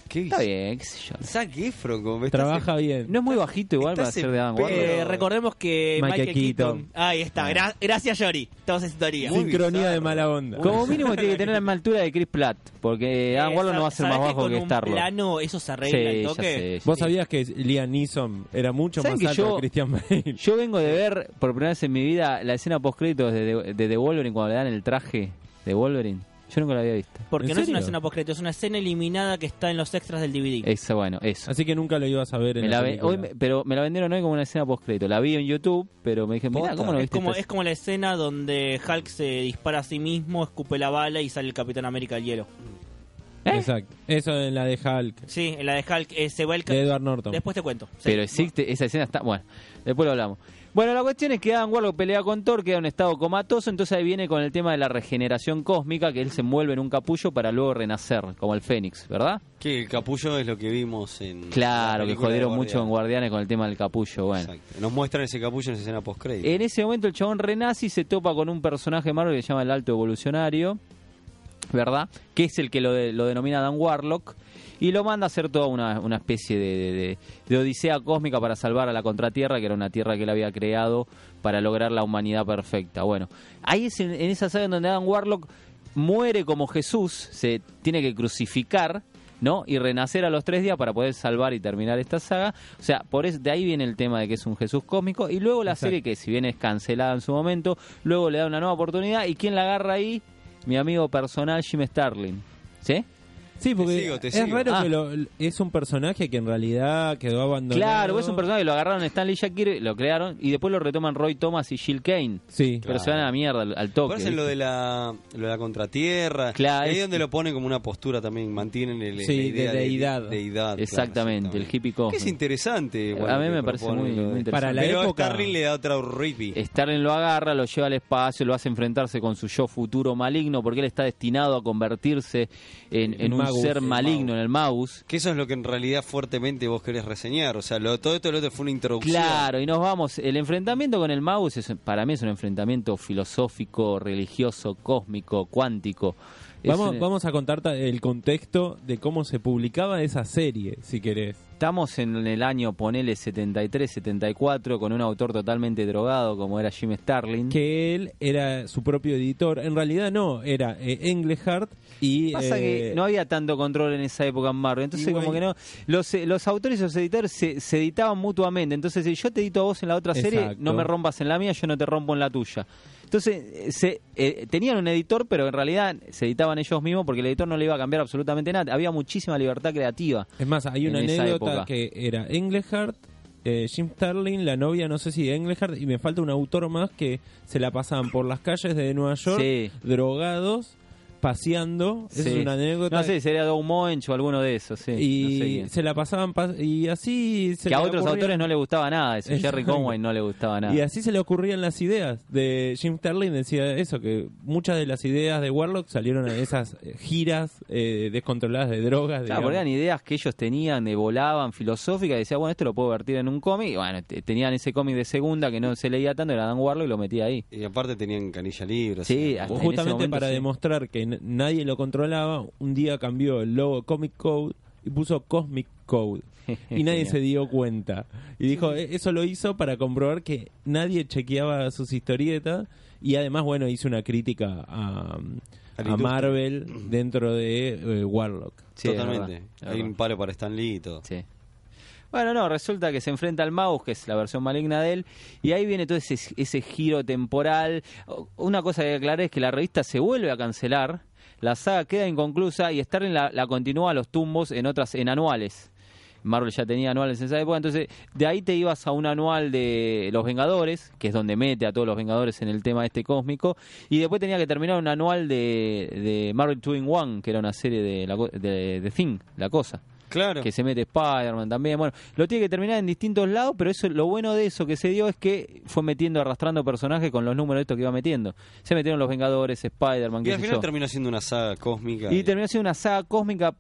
[SPEAKER 3] ¿Qué
[SPEAKER 5] Está bien, qué sé yo.
[SPEAKER 3] Zac Efron, como me estás-
[SPEAKER 4] trabaja bien.
[SPEAKER 5] No es muy bajito igual
[SPEAKER 3] Estás
[SPEAKER 5] para ser
[SPEAKER 3] en
[SPEAKER 5] de Adam
[SPEAKER 3] pedo.
[SPEAKER 5] Warlock.
[SPEAKER 6] Eh,
[SPEAKER 3] Pero-
[SPEAKER 6] recordemos que
[SPEAKER 5] Michael
[SPEAKER 6] Michael,
[SPEAKER 5] Keaton. Ah.
[SPEAKER 6] Keaton. Ahí está. Gra- gracias, Yori. Estamos en sintonía.
[SPEAKER 3] Muy
[SPEAKER 4] Sincronía
[SPEAKER 3] bizarro.
[SPEAKER 4] de mala onda.
[SPEAKER 5] Como mínimo tiene que tener la misma altura de Chris Platt, porque Adam
[SPEAKER 6] Eh,
[SPEAKER 5] Warlock no va a ser
[SPEAKER 6] ¿sabes
[SPEAKER 5] más bajo
[SPEAKER 6] con
[SPEAKER 5] que
[SPEAKER 6] un
[SPEAKER 5] Star-Lord.
[SPEAKER 6] plano eso se
[SPEAKER 5] Sí,
[SPEAKER 6] arregla al
[SPEAKER 5] ya
[SPEAKER 6] toque?
[SPEAKER 5] sé, ya
[SPEAKER 4] Vos
[SPEAKER 5] sé.
[SPEAKER 4] sabías que Liam Neeson era mucho
[SPEAKER 5] ¿Saben
[SPEAKER 4] más
[SPEAKER 5] que
[SPEAKER 4] alto
[SPEAKER 5] yo-
[SPEAKER 4] que Christian Bale.
[SPEAKER 5] Yo vengo de ver por primera vez en mi vida la escena post créditos de, de, de The Wolverine cuando le dan el traje de Wolverine. Yo nunca la había visto.
[SPEAKER 4] ¿En
[SPEAKER 6] Porque no es
[SPEAKER 4] serio?
[SPEAKER 6] una escena post es una escena eliminada que está en los extras del DVD.
[SPEAKER 5] Eso, bueno, eso.
[SPEAKER 4] Así que nunca lo ibas a ver en
[SPEAKER 5] Me
[SPEAKER 4] la
[SPEAKER 5] la ve-
[SPEAKER 4] película.
[SPEAKER 5] hoy me- pero me la vendieron hoy como una escena post crédito. La vi en YouTube, pero me dije, mira,
[SPEAKER 3] Posta.
[SPEAKER 5] ¿cómo no
[SPEAKER 6] es,
[SPEAKER 5] viste?
[SPEAKER 6] como,
[SPEAKER 5] esta
[SPEAKER 6] es como la escena donde Hulk se dispara a sí mismo, escupe la bala y sale el Capitán América al hielo.
[SPEAKER 5] ¿Eh?
[SPEAKER 4] Exacto. Eso en la de Hulk,
[SPEAKER 6] Sí, en la de Hulk eh, se va el... ca-
[SPEAKER 4] de Edward Norton.
[SPEAKER 6] Después te cuento. Sí.
[SPEAKER 5] Pero existe, esa escena está. Bueno, después lo hablamos. Bueno, la cuestión es que Adam Warlock pelea con Thor, queda en un estado comatoso, entonces ahí viene con el tema de la regeneración cósmica, que él se envuelve en un capullo para luego renacer, como el Fénix, ¿verdad?
[SPEAKER 3] Que el capullo es lo que vimos en. la
[SPEAKER 5] Claro, que
[SPEAKER 3] película de
[SPEAKER 5] jodieron mucho
[SPEAKER 3] Guardianes.
[SPEAKER 5] en Guardianes con el tema del capullo, bueno.
[SPEAKER 3] Exacto. Nos muestran ese capullo en esa escena post
[SPEAKER 5] En ese momento el chabón renace y se topa con un personaje de Marvel que se llama el Alto Evolucionario, ¿verdad? Que es el que lo, de- lo denomina Dan Warlock y lo manda a hacer toda una, una especie de, de- de- de odisea cósmica para salvar a la Contratierra, que era una tierra que él había creado para lograr la humanidad perfecta. Bueno, ahí es en, en esa saga en donde Dan Warlock muere como Jesús, se tiene que crucificar ¿no? Y renacer a los tres días para poder salvar y terminar esta saga. O sea, por es, de ahí viene el tema de que es un Jesús cósmico. Y luego la
[SPEAKER 4] Exacto.
[SPEAKER 5] serie, que si bien es cancelada en su momento, luego le da una nueva oportunidad. ¿Y quién la agarra ahí? Mi amigo personal, Jim Starlin. ¿Sí?
[SPEAKER 4] Sí, porque
[SPEAKER 3] sigo, te
[SPEAKER 4] es
[SPEAKER 3] sigo.
[SPEAKER 4] raro
[SPEAKER 5] Ah.
[SPEAKER 4] que lo- es un personaje que en realidad quedó abandonado.
[SPEAKER 5] Claro, es un personaje que lo agarraron Stanley Shakir, lo crearon, y después lo retoman Roy Thomas y Jill Kane.
[SPEAKER 4] Sí.
[SPEAKER 5] Pero se van a la mierda al, al toque.
[SPEAKER 3] Por eso es lo de la, lo de la contratierra.
[SPEAKER 5] Claro,
[SPEAKER 3] Y ahí
[SPEAKER 5] es-
[SPEAKER 3] es donde lo ponen como una postura también. Mantienen el,
[SPEAKER 4] Sí, de deidad.
[SPEAKER 3] deidad, claro,
[SPEAKER 5] Exactamente, el hippie
[SPEAKER 3] Que es
[SPEAKER 5] cósmico.
[SPEAKER 3] interesante. bueno,
[SPEAKER 5] a mí
[SPEAKER 3] que
[SPEAKER 5] me parece
[SPEAKER 3] proponen
[SPEAKER 5] muy,
[SPEAKER 3] lo de-
[SPEAKER 5] muy interesante.
[SPEAKER 4] Para la
[SPEAKER 3] Pero
[SPEAKER 4] época-
[SPEAKER 3] Starling le da otro rugby.
[SPEAKER 5] Starlin lo agarra, lo lleva al espacio, lo hace enfrentarse con su yo futuro maligno, porque él está destinado a convertirse en,
[SPEAKER 4] El
[SPEAKER 5] en un
[SPEAKER 4] Magus,
[SPEAKER 5] ser
[SPEAKER 4] el
[SPEAKER 5] maligno, en el Magus.
[SPEAKER 3] Que eso es lo que en realidad fuertemente vos querés reseñar. O sea, lo, todo esto lo otro fue una introducción.
[SPEAKER 5] Claro, y nos vamos. El enfrentamiento con el Magus es, para mí es un enfrentamiento filosófico, religioso, cósmico, cuántico. Es
[SPEAKER 4] Vamos,
[SPEAKER 5] un-
[SPEAKER 4] vamos a contar ta- el contexto de cómo se publicaba esa serie, si querés.
[SPEAKER 5] Estamos en el año, ponele 73, 74, con un autor totalmente drogado como era Jim Starlin.
[SPEAKER 4] Que él era su propio editor. En realidad no, era eh, Englehart y...
[SPEAKER 5] Pasa que
[SPEAKER 4] eh,
[SPEAKER 5] no había tanto control en esa época en Marvel, entonces
[SPEAKER 4] Y
[SPEAKER 5] como que
[SPEAKER 4] bueno.
[SPEAKER 5] no, los, eh, los autores y los editores se, se editaban mutuamente, entonces si yo te edito a vos en la otra serie,
[SPEAKER 4] Exacto.
[SPEAKER 5] no me rompas en la mía, yo no te rompo en la tuya. Entonces eh, se, eh, tenían un editor, pero en realidad se editaban ellos mismos porque el editor no le iba a cambiar absolutamente nada, había muchísima libertad creativa.
[SPEAKER 4] Es más, hay una
[SPEAKER 5] en esa época.
[SPEAKER 4] anécdota que era Englehart, eh, Jim Starlin, la novia, no sé si de Englehart, y me falta un autor más que se la pasaban por las calles de Nueva York,
[SPEAKER 5] Sí.
[SPEAKER 4] drogados, paseando. Esa
[SPEAKER 5] Sí.
[SPEAKER 4] es una anécdota.
[SPEAKER 5] No sé, sería Doug Moench o alguno de esos, sí.
[SPEAKER 4] y
[SPEAKER 5] no sé quién.
[SPEAKER 4] se la pasaban pas- y así se
[SPEAKER 5] que a
[SPEAKER 4] le
[SPEAKER 5] otros
[SPEAKER 4] ocurrían-
[SPEAKER 5] autores no le gustaba nada eso, Jerry
[SPEAKER 4] Exacto.
[SPEAKER 5] Conway no le gustaba nada.
[SPEAKER 4] y así se le ocurrían las ideas de Jim Starlin decía eso que muchas de las ideas de Warlock salieron en esas eh, giras eh, descontroladas de drogas
[SPEAKER 5] Claro,
[SPEAKER 4] digamos.
[SPEAKER 5] porque eran ideas que ellos tenían, de volaban, filosóficas, y decía, bueno, esto lo puedo vertir en un cómic. Y bueno, te- tenían ese cómic de segunda que no se leía tanto, era Dan Warlock y lo metía ahí.
[SPEAKER 3] Y aparte tenían canilla libre. o
[SPEAKER 5] Sí,
[SPEAKER 3] sea,
[SPEAKER 5] hasta en ese
[SPEAKER 4] justamente
[SPEAKER 5] momento,
[SPEAKER 4] para
[SPEAKER 5] sí.
[SPEAKER 4] demostrar que n- nadie lo controlaba, un día cambió el logo Comic Code y puso Cosmic Code. Y nadie
[SPEAKER 5] Genial.
[SPEAKER 4] se dio cuenta. Y dijo, "E- eso lo hizo para comprobar que nadie chequeaba sus historietas. Y además, bueno, hizo una crítica a,
[SPEAKER 3] A la
[SPEAKER 4] a
[SPEAKER 3] industria.
[SPEAKER 4] Marvel dentro de eh, Warlock.
[SPEAKER 5] Sí, es
[SPEAKER 3] totalmente.
[SPEAKER 5] verdad, es
[SPEAKER 3] Hay un
[SPEAKER 5] verdad.
[SPEAKER 3] palo para Stan Lee y todo.
[SPEAKER 5] Sí. Bueno, no, resulta que se enfrenta al Maus, que es la versión maligna de él, y ahí viene todo ese, ese giro temporal. O- Una cosa que aclarar es que la revista se vuelve a cancelar, la saga queda inconclusa y Starling la, la continúa a los tumbos en otras, en anuales. Marvel ya tenía anuales en esa época, entonces de ahí te ibas a un anual de Los Vengadores, que es donde mete a todos los Vengadores en el tema este cósmico, y después tenía que terminar un anual de, de Marvel 2 in 1, que era una serie de, la, co- de, de Thing, la cosa
[SPEAKER 3] Claro.
[SPEAKER 5] que se mete Spider-Man también. Bueno, lo tiene que terminar en distintos lados, pero eso lo bueno de eso que se dio es que fue metiendo, arrastrando personajes con los números estos que iba metiendo. Se metieron los Vengadores, Spider-Man,
[SPEAKER 3] Y
[SPEAKER 5] qué
[SPEAKER 3] al
[SPEAKER 5] sé
[SPEAKER 3] final
[SPEAKER 5] yo.
[SPEAKER 3] terminó siendo una saga cósmica.
[SPEAKER 5] Y terminó siendo una saga cósmica,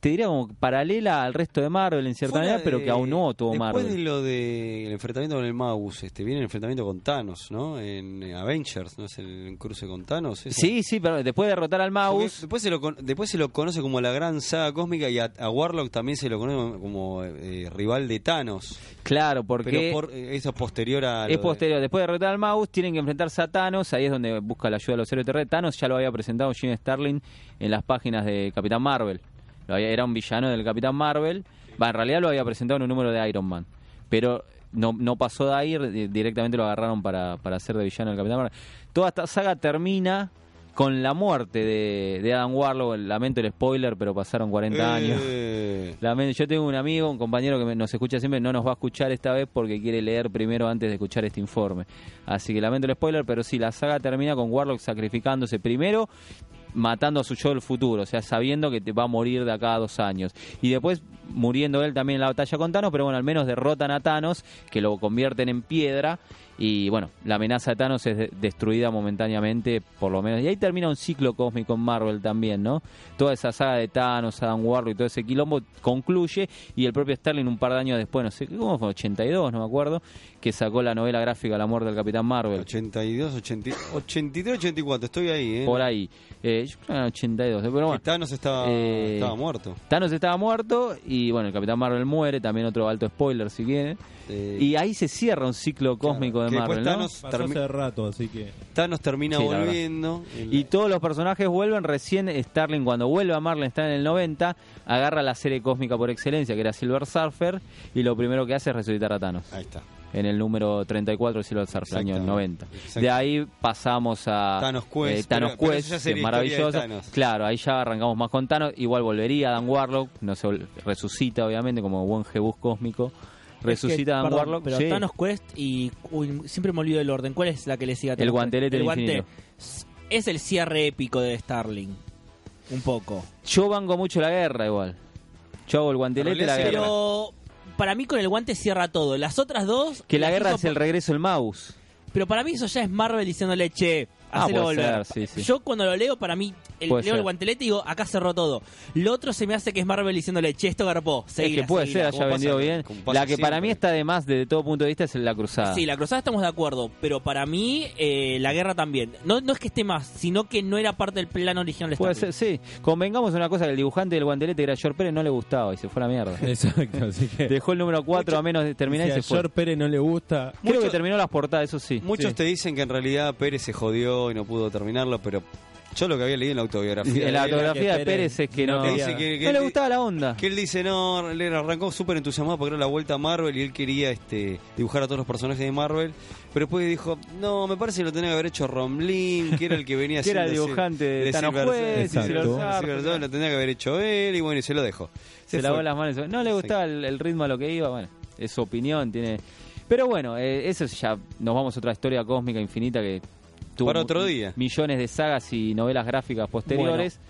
[SPEAKER 5] te diría como paralela al resto de Marvel en cierta
[SPEAKER 3] Fuera
[SPEAKER 5] manera, pero
[SPEAKER 3] de-
[SPEAKER 5] que aunó todo
[SPEAKER 3] después
[SPEAKER 5] Marvel.
[SPEAKER 3] de lo del enfrentamiento con el Magus, este, viene el enfrentamiento con Thanos, ¿no? En eh, Avengers, ¿no? Es el cruce con Thanos. eso.
[SPEAKER 5] Sí, sí, pero después de derrotar al
[SPEAKER 3] Porque
[SPEAKER 5] Maus,
[SPEAKER 3] Después se, lo con- después se lo conoce como la gran saga cósmica y a, a Warlock también se lo conoce como eh, rival de Thanos.
[SPEAKER 5] claro, porque...
[SPEAKER 3] Pero por, eh, eso es posterior a. lo
[SPEAKER 5] Es
[SPEAKER 3] de-
[SPEAKER 5] posterior. Después de derrotar al Maus, tienen que enfrentarse a Thanos. Ahí es donde busca la ayuda de los héroes terrestres. Thanos ya lo había presentado Jim Starlin en las páginas de Capitán Marvel. Lo había- era un villano del Capitán Marvel. Va, en realidad lo había presentado en un número de Iron Man. Pero no, no pasó de ahí. re- Directamente lo agarraron para, para hacer de villano del Capitán Marvel. Toda esta saga termina con la muerte de, de Adam Warlock. Lamento el spoiler, pero pasaron 40 años.
[SPEAKER 3] Eh,
[SPEAKER 5] Lamento. Yo tengo un amigo, un compañero que me- nos escucha siempre, no nos va a escuchar esta vez porque quiere leer primero antes de escuchar este informe. Así que lamento el spoiler, pero sí, la saga termina con Warlock sacrificándose primero, matando a su yo del futuro, o sea, sabiendo que te va a morir de acá a dos años. Y después muriendo él también en la batalla con Thanos, pero bueno, al menos derrotan a Thanos, que lo convierten en piedra. Y bueno, la amenaza de Thanos es de- destruida momentáneamente, por lo menos. Y ahí termina un ciclo cósmico en Marvel también, ¿no? Toda esa saga de Thanos, Adam Warlock y todo ese quilombo concluye. Y el propio Starling, un par de años después, no sé cómo fue, 82, no me acuerdo, que sacó la novela gráfica La muerte del Capitán Marvel.
[SPEAKER 3] 82, 80, 83, 84, estoy ahí, ¿eh?
[SPEAKER 5] Por ahí. Eh, yo creo que era 82, pero bueno.
[SPEAKER 3] Que Thanos estaba,
[SPEAKER 5] Eh,
[SPEAKER 3] estaba muerto.
[SPEAKER 5] Thanos estaba muerto y bueno, el Capitán Marvel muere, también otro alto spoiler si quiere.
[SPEAKER 3] Eh,
[SPEAKER 5] Y ahí se cierra un ciclo cósmico de
[SPEAKER 3] Que
[SPEAKER 5] Marvel,
[SPEAKER 3] después
[SPEAKER 5] ¿no?
[SPEAKER 3] Thanos,
[SPEAKER 4] Pasó
[SPEAKER 3] termi-
[SPEAKER 4] hace rato, así que.
[SPEAKER 3] Thanos termina
[SPEAKER 5] Sí, la verdad.
[SPEAKER 3] volviendo.
[SPEAKER 5] Y todos los personajes vuelven. Recién Starling, cuando vuelve a Marlin, está en el 90, agarra la serie cósmica por excelencia, que era Silver Surfer, y lo primero que hace es resucitar a Thanos.
[SPEAKER 3] Ahí está.
[SPEAKER 5] En el número 34 de Silver Surfer, año
[SPEAKER 3] Exactamente.
[SPEAKER 5] 90.
[SPEAKER 3] Exacto.
[SPEAKER 5] De ahí pasamos a
[SPEAKER 3] Thanos Quest,
[SPEAKER 5] eh, Thanos
[SPEAKER 3] pero- pero
[SPEAKER 5] Quest,
[SPEAKER 3] esa ya sería
[SPEAKER 5] que es
[SPEAKER 3] historia de
[SPEAKER 5] maravillosa.
[SPEAKER 3] Thanos.
[SPEAKER 5] Claro, ahí ya arrancamos más con Thanos. Igual volvería Dan Warlock, no se vol- resucita, obviamente, como buen Jebus cósmico. Resucita
[SPEAKER 6] a
[SPEAKER 5] Dan Warlock.
[SPEAKER 6] Pero
[SPEAKER 5] sí.
[SPEAKER 6] Thanos Quest y. uy, siempre me olvido del orden. ¿Cuál es la que le sigue a Thanos
[SPEAKER 5] El guantelete
[SPEAKER 6] Quest? El
[SPEAKER 5] del
[SPEAKER 6] guante-
[SPEAKER 5] infinito.
[SPEAKER 6] Es el cierre épico de Starling. Un poco.
[SPEAKER 5] Yo banco mucho la guerra, igual. Yo hago el guantelete de
[SPEAKER 3] realidad
[SPEAKER 5] la
[SPEAKER 3] sí,
[SPEAKER 5] guerra.
[SPEAKER 6] Pero. Para mí con el guante cierra todo. Las otras dos.
[SPEAKER 5] Que la
[SPEAKER 6] las
[SPEAKER 5] guerra
[SPEAKER 6] hizo
[SPEAKER 5] es el
[SPEAKER 6] por-
[SPEAKER 5] regreso del mouse.
[SPEAKER 6] Pero para mí eso ya es Marvel diciéndole, che,
[SPEAKER 5] Ah,
[SPEAKER 6] hacelo
[SPEAKER 5] puede
[SPEAKER 6] volver.
[SPEAKER 5] ser, sí, sí.
[SPEAKER 6] Yo cuando lo leo, para mí, el- leo
[SPEAKER 5] Puede ser.
[SPEAKER 6] el guantelete y digo, acá cerró todo. Lo otro se me hace que es Marvel diciéndole, che, esto garpó.
[SPEAKER 5] es
[SPEAKER 6] seguila,
[SPEAKER 5] que puede
[SPEAKER 6] seguila".
[SPEAKER 5] ser, haya
[SPEAKER 3] como
[SPEAKER 5] vendido
[SPEAKER 3] pasa-
[SPEAKER 5] bien.
[SPEAKER 3] como pasa
[SPEAKER 5] La que para
[SPEAKER 3] siempre.
[SPEAKER 5] mí está de más desde todo punto de vista es la cruzada.
[SPEAKER 6] Sí, la cruzada estamos de acuerdo, pero para mí eh, la guerra también. No, no es que esté más, sino que no era parte del plan original de
[SPEAKER 5] Puede
[SPEAKER 6] Starling.
[SPEAKER 5] ser, sí. Convengamos una cosa, que el dibujante del guantelete que era George Pérez no le gustaba y se fue a la mierda.
[SPEAKER 3] Eh,
[SPEAKER 4] Exacto, así que.
[SPEAKER 5] Dejó el número 4 a menos de terminar
[SPEAKER 4] si
[SPEAKER 5] y
[SPEAKER 4] a
[SPEAKER 5] se fue.
[SPEAKER 4] George Pérez no le gusta.
[SPEAKER 5] Creo que
[SPEAKER 3] Mucho-
[SPEAKER 5] terminó las portadas, eso sí.
[SPEAKER 3] Muchos te dicen que en realidad Pérez se jodió y no pudo terminarlo, pero yo lo que había leído en la autobiografía.
[SPEAKER 5] En la
[SPEAKER 3] de él era
[SPEAKER 5] autografía
[SPEAKER 4] que
[SPEAKER 5] de Pérez es que
[SPEAKER 4] no
[SPEAKER 5] no,
[SPEAKER 3] que
[SPEAKER 4] te
[SPEAKER 3] dice que- que
[SPEAKER 5] no le
[SPEAKER 3] él-
[SPEAKER 5] gustaba la onda.
[SPEAKER 3] Que él dice, no, le arrancó súper entusiasmado porque era la vuelta a Marvel y él quería este, dibujar a todos los personajes de Marvel. Pero después dijo, no, me parece que lo tenía que haber hecho Romlin, que era el que venía
[SPEAKER 5] Que era el
[SPEAKER 3] haciendo Sil-
[SPEAKER 5] dibujante de Thanos
[SPEAKER 3] Silver-
[SPEAKER 5] Quest
[SPEAKER 4] y Silver
[SPEAKER 3] Silver
[SPEAKER 5] Surfer.
[SPEAKER 3] Surfer, Lo tenía que haber hecho él y bueno, y se lo dejó.
[SPEAKER 5] se
[SPEAKER 3] Se
[SPEAKER 5] lavó
[SPEAKER 3] fue.
[SPEAKER 5] las manos. No le gustaba el, el ritmo a lo que iba, bueno, es su opinión, tiene... Pero bueno, eh, eso es ya nos vamos a otra historia cósmica infinita que tuvo
[SPEAKER 3] Para
[SPEAKER 5] mu-
[SPEAKER 3] otro día.
[SPEAKER 5] millones de sagas y novelas gráficas posteriores.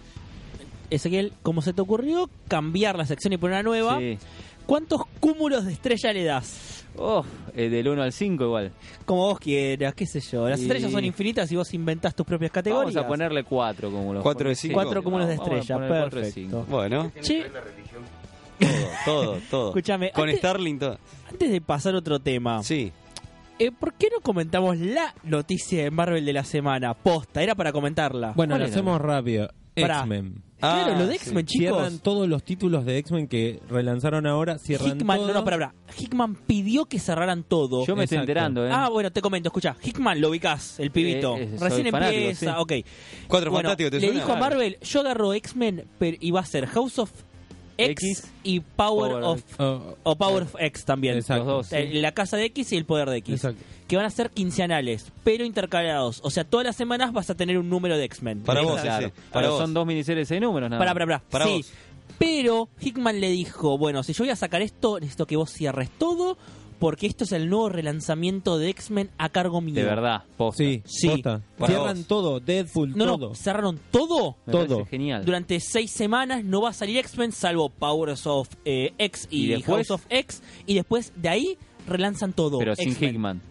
[SPEAKER 6] Ezequiel, como se te ocurrió cambiar la sección y poner una nueva,
[SPEAKER 5] Sí.
[SPEAKER 6] ¿cuántos cúmulos de estrella le das?
[SPEAKER 5] Oh, eh, del 1 al 5 igual.
[SPEAKER 6] Como vos quieras, qué sé yo. Las
[SPEAKER 5] Y-
[SPEAKER 6] estrellas son infinitas y vos inventás tus propias categorías.
[SPEAKER 5] Vamos a ponerle 4 como los
[SPEAKER 3] Cuatro de cinco.
[SPEAKER 6] Cuatro cúmulos de
[SPEAKER 5] Vamos a
[SPEAKER 6] estrella,
[SPEAKER 5] poner cuatro de
[SPEAKER 6] perfecto.
[SPEAKER 5] cinco.
[SPEAKER 3] Bueno,
[SPEAKER 6] Che,
[SPEAKER 3] todo, todo, todo.
[SPEAKER 6] Escúchame,
[SPEAKER 3] Con
[SPEAKER 6] antes-
[SPEAKER 3] Starling, todo.
[SPEAKER 6] antes de pasar a otro
[SPEAKER 5] Ah.
[SPEAKER 6] tema,
[SPEAKER 3] Sí.
[SPEAKER 6] eh, ¿por qué no comentamos la noticia de Marvel de la semana? Posta, era para comentarla.
[SPEAKER 4] Bueno,
[SPEAKER 5] ¿Cuál
[SPEAKER 4] lo
[SPEAKER 5] era?
[SPEAKER 4] hacemos rápido.
[SPEAKER 6] Pará.
[SPEAKER 4] X-Men.
[SPEAKER 6] claro,
[SPEAKER 3] Ah,
[SPEAKER 6] lo de
[SPEAKER 3] sí.
[SPEAKER 6] X-Men, chicos.
[SPEAKER 4] Cierran todos los títulos de X-Men que relanzaron ahora. Cierran
[SPEAKER 6] Hickman,
[SPEAKER 4] todo.
[SPEAKER 6] no, no, para, Hickman pidió que cerraran todo.
[SPEAKER 5] Yo me estoy
[SPEAKER 4] Exacto.
[SPEAKER 5] enterando, ¿eh?
[SPEAKER 6] Ah, bueno, te comento, escucha, Hickman lo ubicás, el pibito.
[SPEAKER 5] Eh, eh, soy
[SPEAKER 6] Recién
[SPEAKER 5] fanático,
[SPEAKER 6] empieza,
[SPEAKER 5] sí.
[SPEAKER 6] ok.
[SPEAKER 3] Cuatro
[SPEAKER 6] Bueno,
[SPEAKER 3] fantásticos, ¿te
[SPEAKER 6] le
[SPEAKER 3] suena?
[SPEAKER 6] dijo a Marvel, yo agarro X-Men pero- y va a ser House of X,
[SPEAKER 5] X,
[SPEAKER 6] y Power,
[SPEAKER 5] Power
[SPEAKER 6] of
[SPEAKER 4] Oh,
[SPEAKER 6] o Power of X también.
[SPEAKER 4] Exacto.
[SPEAKER 5] Los dos, sí.
[SPEAKER 6] Eh, La casa de X y el poder de X.
[SPEAKER 4] Exacto.
[SPEAKER 6] Que van a ser quinceanales, pero intercalados. O sea, todas las semanas vas a tener un número de X-Men. Eh,
[SPEAKER 3] Para vos,
[SPEAKER 6] Exacto.
[SPEAKER 3] ese.
[SPEAKER 5] Claro.
[SPEAKER 3] Para
[SPEAKER 5] Pero
[SPEAKER 3] vos.
[SPEAKER 5] son dos miniseries de números, nada.
[SPEAKER 6] Pará,
[SPEAKER 5] más.
[SPEAKER 6] pará, pará.
[SPEAKER 3] Para
[SPEAKER 6] sí.
[SPEAKER 3] vos.
[SPEAKER 6] Pero Hickman le dijo, bueno, si yo voy a sacar esto, necesito que vos cierres todo, porque esto es el nuevo relanzamiento de X-Men a cargo mío.
[SPEAKER 5] De verdad, posta.
[SPEAKER 4] Oh, Sí,
[SPEAKER 6] Sí.
[SPEAKER 4] posta.
[SPEAKER 3] Para
[SPEAKER 4] Cierran
[SPEAKER 3] vos.
[SPEAKER 4] todo. Deadpool,
[SPEAKER 6] No,
[SPEAKER 4] todo.
[SPEAKER 6] no, cerraron todo.
[SPEAKER 5] Me parece
[SPEAKER 4] Todo.
[SPEAKER 5] Genial.
[SPEAKER 6] Durante seis semanas no va a salir X-Men, salvo Powers of eh, X
[SPEAKER 5] ¿Y
[SPEAKER 6] y,
[SPEAKER 5] después?
[SPEAKER 6] House of X. Y después de ahí relanzan todo.
[SPEAKER 5] Pero sin
[SPEAKER 6] X-Men.
[SPEAKER 5] Hickman.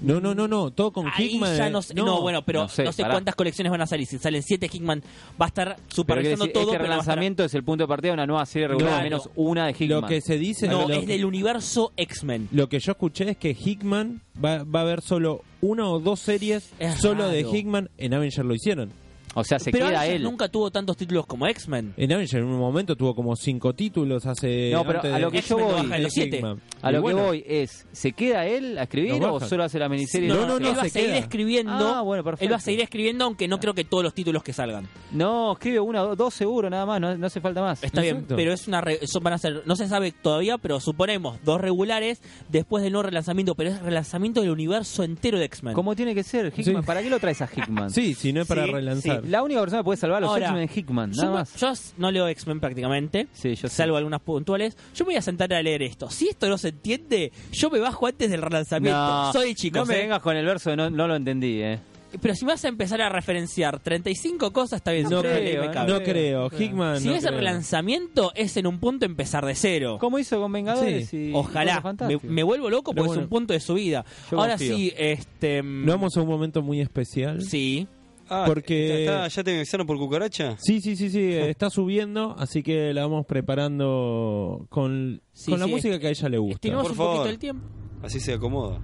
[SPEAKER 4] No, no, no, no. Todo con
[SPEAKER 6] Ahí
[SPEAKER 4] Hickman.
[SPEAKER 6] ya
[SPEAKER 4] eh,
[SPEAKER 6] no sé, no, bueno, pero
[SPEAKER 5] no
[SPEAKER 6] no
[SPEAKER 5] sé,
[SPEAKER 6] sé,
[SPEAKER 5] pará.
[SPEAKER 6] cuántas colecciones van a salir. Si salen siete Hickman va a estar
[SPEAKER 5] Pero quiero
[SPEAKER 6] supervisando
[SPEAKER 5] decir,
[SPEAKER 6] todo.
[SPEAKER 5] este
[SPEAKER 6] pero no va a estar-
[SPEAKER 5] relanzamiento es el punto de partida de una nueva serie regular,
[SPEAKER 4] Claro.
[SPEAKER 5] al menos una de Hickman.
[SPEAKER 4] Lo que se dice.
[SPEAKER 6] no,
[SPEAKER 4] lo-
[SPEAKER 6] es del universo X-Men.
[SPEAKER 4] Lo que yo escuché es que Hickman va, va a haber solo una o dos series
[SPEAKER 6] Es
[SPEAKER 4] solo de
[SPEAKER 6] raro.
[SPEAKER 4] Hickman. En Avenger lo hicieron.
[SPEAKER 5] O sea, se
[SPEAKER 6] pero
[SPEAKER 5] queda
[SPEAKER 6] Avengers
[SPEAKER 5] él.
[SPEAKER 6] nunca tuvo tantos títulos como X-Men.
[SPEAKER 4] En Avenger en un momento tuvo como cinco títulos hace.
[SPEAKER 5] No, pero
[SPEAKER 4] antes
[SPEAKER 5] a lo que
[SPEAKER 4] de-
[SPEAKER 5] yo
[SPEAKER 6] X-Men lo
[SPEAKER 5] voy-
[SPEAKER 6] baja de
[SPEAKER 4] de
[SPEAKER 6] los siete.
[SPEAKER 4] Hickman.
[SPEAKER 5] A
[SPEAKER 4] Y
[SPEAKER 5] lo
[SPEAKER 4] bueno,
[SPEAKER 5] que voy es, ¿se queda él a escribir
[SPEAKER 4] Lo
[SPEAKER 5] o
[SPEAKER 4] bajan.
[SPEAKER 5] solo hace la miniserie?
[SPEAKER 4] No, no,
[SPEAKER 5] se
[SPEAKER 4] no,
[SPEAKER 6] él va
[SPEAKER 4] se
[SPEAKER 6] a seguir
[SPEAKER 4] queda.
[SPEAKER 6] escribiendo.
[SPEAKER 5] Ah, bueno, perfecto.
[SPEAKER 6] Él va a seguir escribiendo, aunque no creo que todos los títulos que salgan.
[SPEAKER 5] No, escribe una o dos seguro, nada más, no, no hace falta más.
[SPEAKER 6] Está
[SPEAKER 4] Exacto.
[SPEAKER 6] bien, pero es una re- eso van a ser, no se sabe todavía, pero suponemos dos regulares después del no relanzamiento, pero es relanzamiento del universo entero de X-Men.
[SPEAKER 5] Como tiene que ser, Hickman.
[SPEAKER 4] Sí.
[SPEAKER 5] ¿Para qué lo traes a Hickman?
[SPEAKER 4] Sí, si no es para
[SPEAKER 6] Sí,
[SPEAKER 4] relanzar.
[SPEAKER 5] La única persona que puede salvar a Ah, los
[SPEAKER 6] Ahora,
[SPEAKER 5] X-Men es Hickman,
[SPEAKER 6] Yo
[SPEAKER 5] nada
[SPEAKER 6] me-
[SPEAKER 5] más.
[SPEAKER 6] Yo s- no leo X-Men prácticamente.
[SPEAKER 5] Sí, yo sí.
[SPEAKER 6] salvo algunas puntuales. Yo me voy a sentar a leer esto. Si esto no se entiende, yo me bajo antes del relanzamiento. Soy chico.
[SPEAKER 5] No me vengas con el verso de no, no lo entendí, eh.
[SPEAKER 6] ¿eh? Pero si me vas a empezar a referenciar 35 cosas, está bien.
[SPEAKER 4] No
[SPEAKER 6] súper
[SPEAKER 4] creo,
[SPEAKER 6] leí, me
[SPEAKER 4] eh.
[SPEAKER 6] cabe.
[SPEAKER 4] No creo, Hickman.
[SPEAKER 6] Si
[SPEAKER 4] no
[SPEAKER 6] es el
[SPEAKER 4] creo.
[SPEAKER 6] relanzamiento, es en un punto empezar de cero.
[SPEAKER 5] Como hizo con Vengadores
[SPEAKER 4] Sí.
[SPEAKER 5] y y con
[SPEAKER 6] Ojalá.
[SPEAKER 5] los
[SPEAKER 6] Me,
[SPEAKER 5] Fantásticos.
[SPEAKER 6] me vuelvo loco
[SPEAKER 4] Pero
[SPEAKER 6] porque
[SPEAKER 4] bueno.
[SPEAKER 6] es un punto de su vida.
[SPEAKER 5] Yo
[SPEAKER 6] Ahora
[SPEAKER 5] confío.
[SPEAKER 6] sí, este... mm,
[SPEAKER 4] No vamos a un momento muy especial.
[SPEAKER 6] Sí.
[SPEAKER 3] Ah,
[SPEAKER 4] Porque-
[SPEAKER 3] ya está, ¿Ya te avisaron por cucaracha?
[SPEAKER 4] Sí, sí, sí, sí, eh, está subiendo, así que la vamos preparando con,
[SPEAKER 6] Sí,
[SPEAKER 4] con la
[SPEAKER 6] sí,
[SPEAKER 4] música que a ella le gusta.
[SPEAKER 6] Estimamos
[SPEAKER 3] Por
[SPEAKER 6] un
[SPEAKER 3] favor.
[SPEAKER 6] poquito el tiempo.
[SPEAKER 3] Así se acomoda.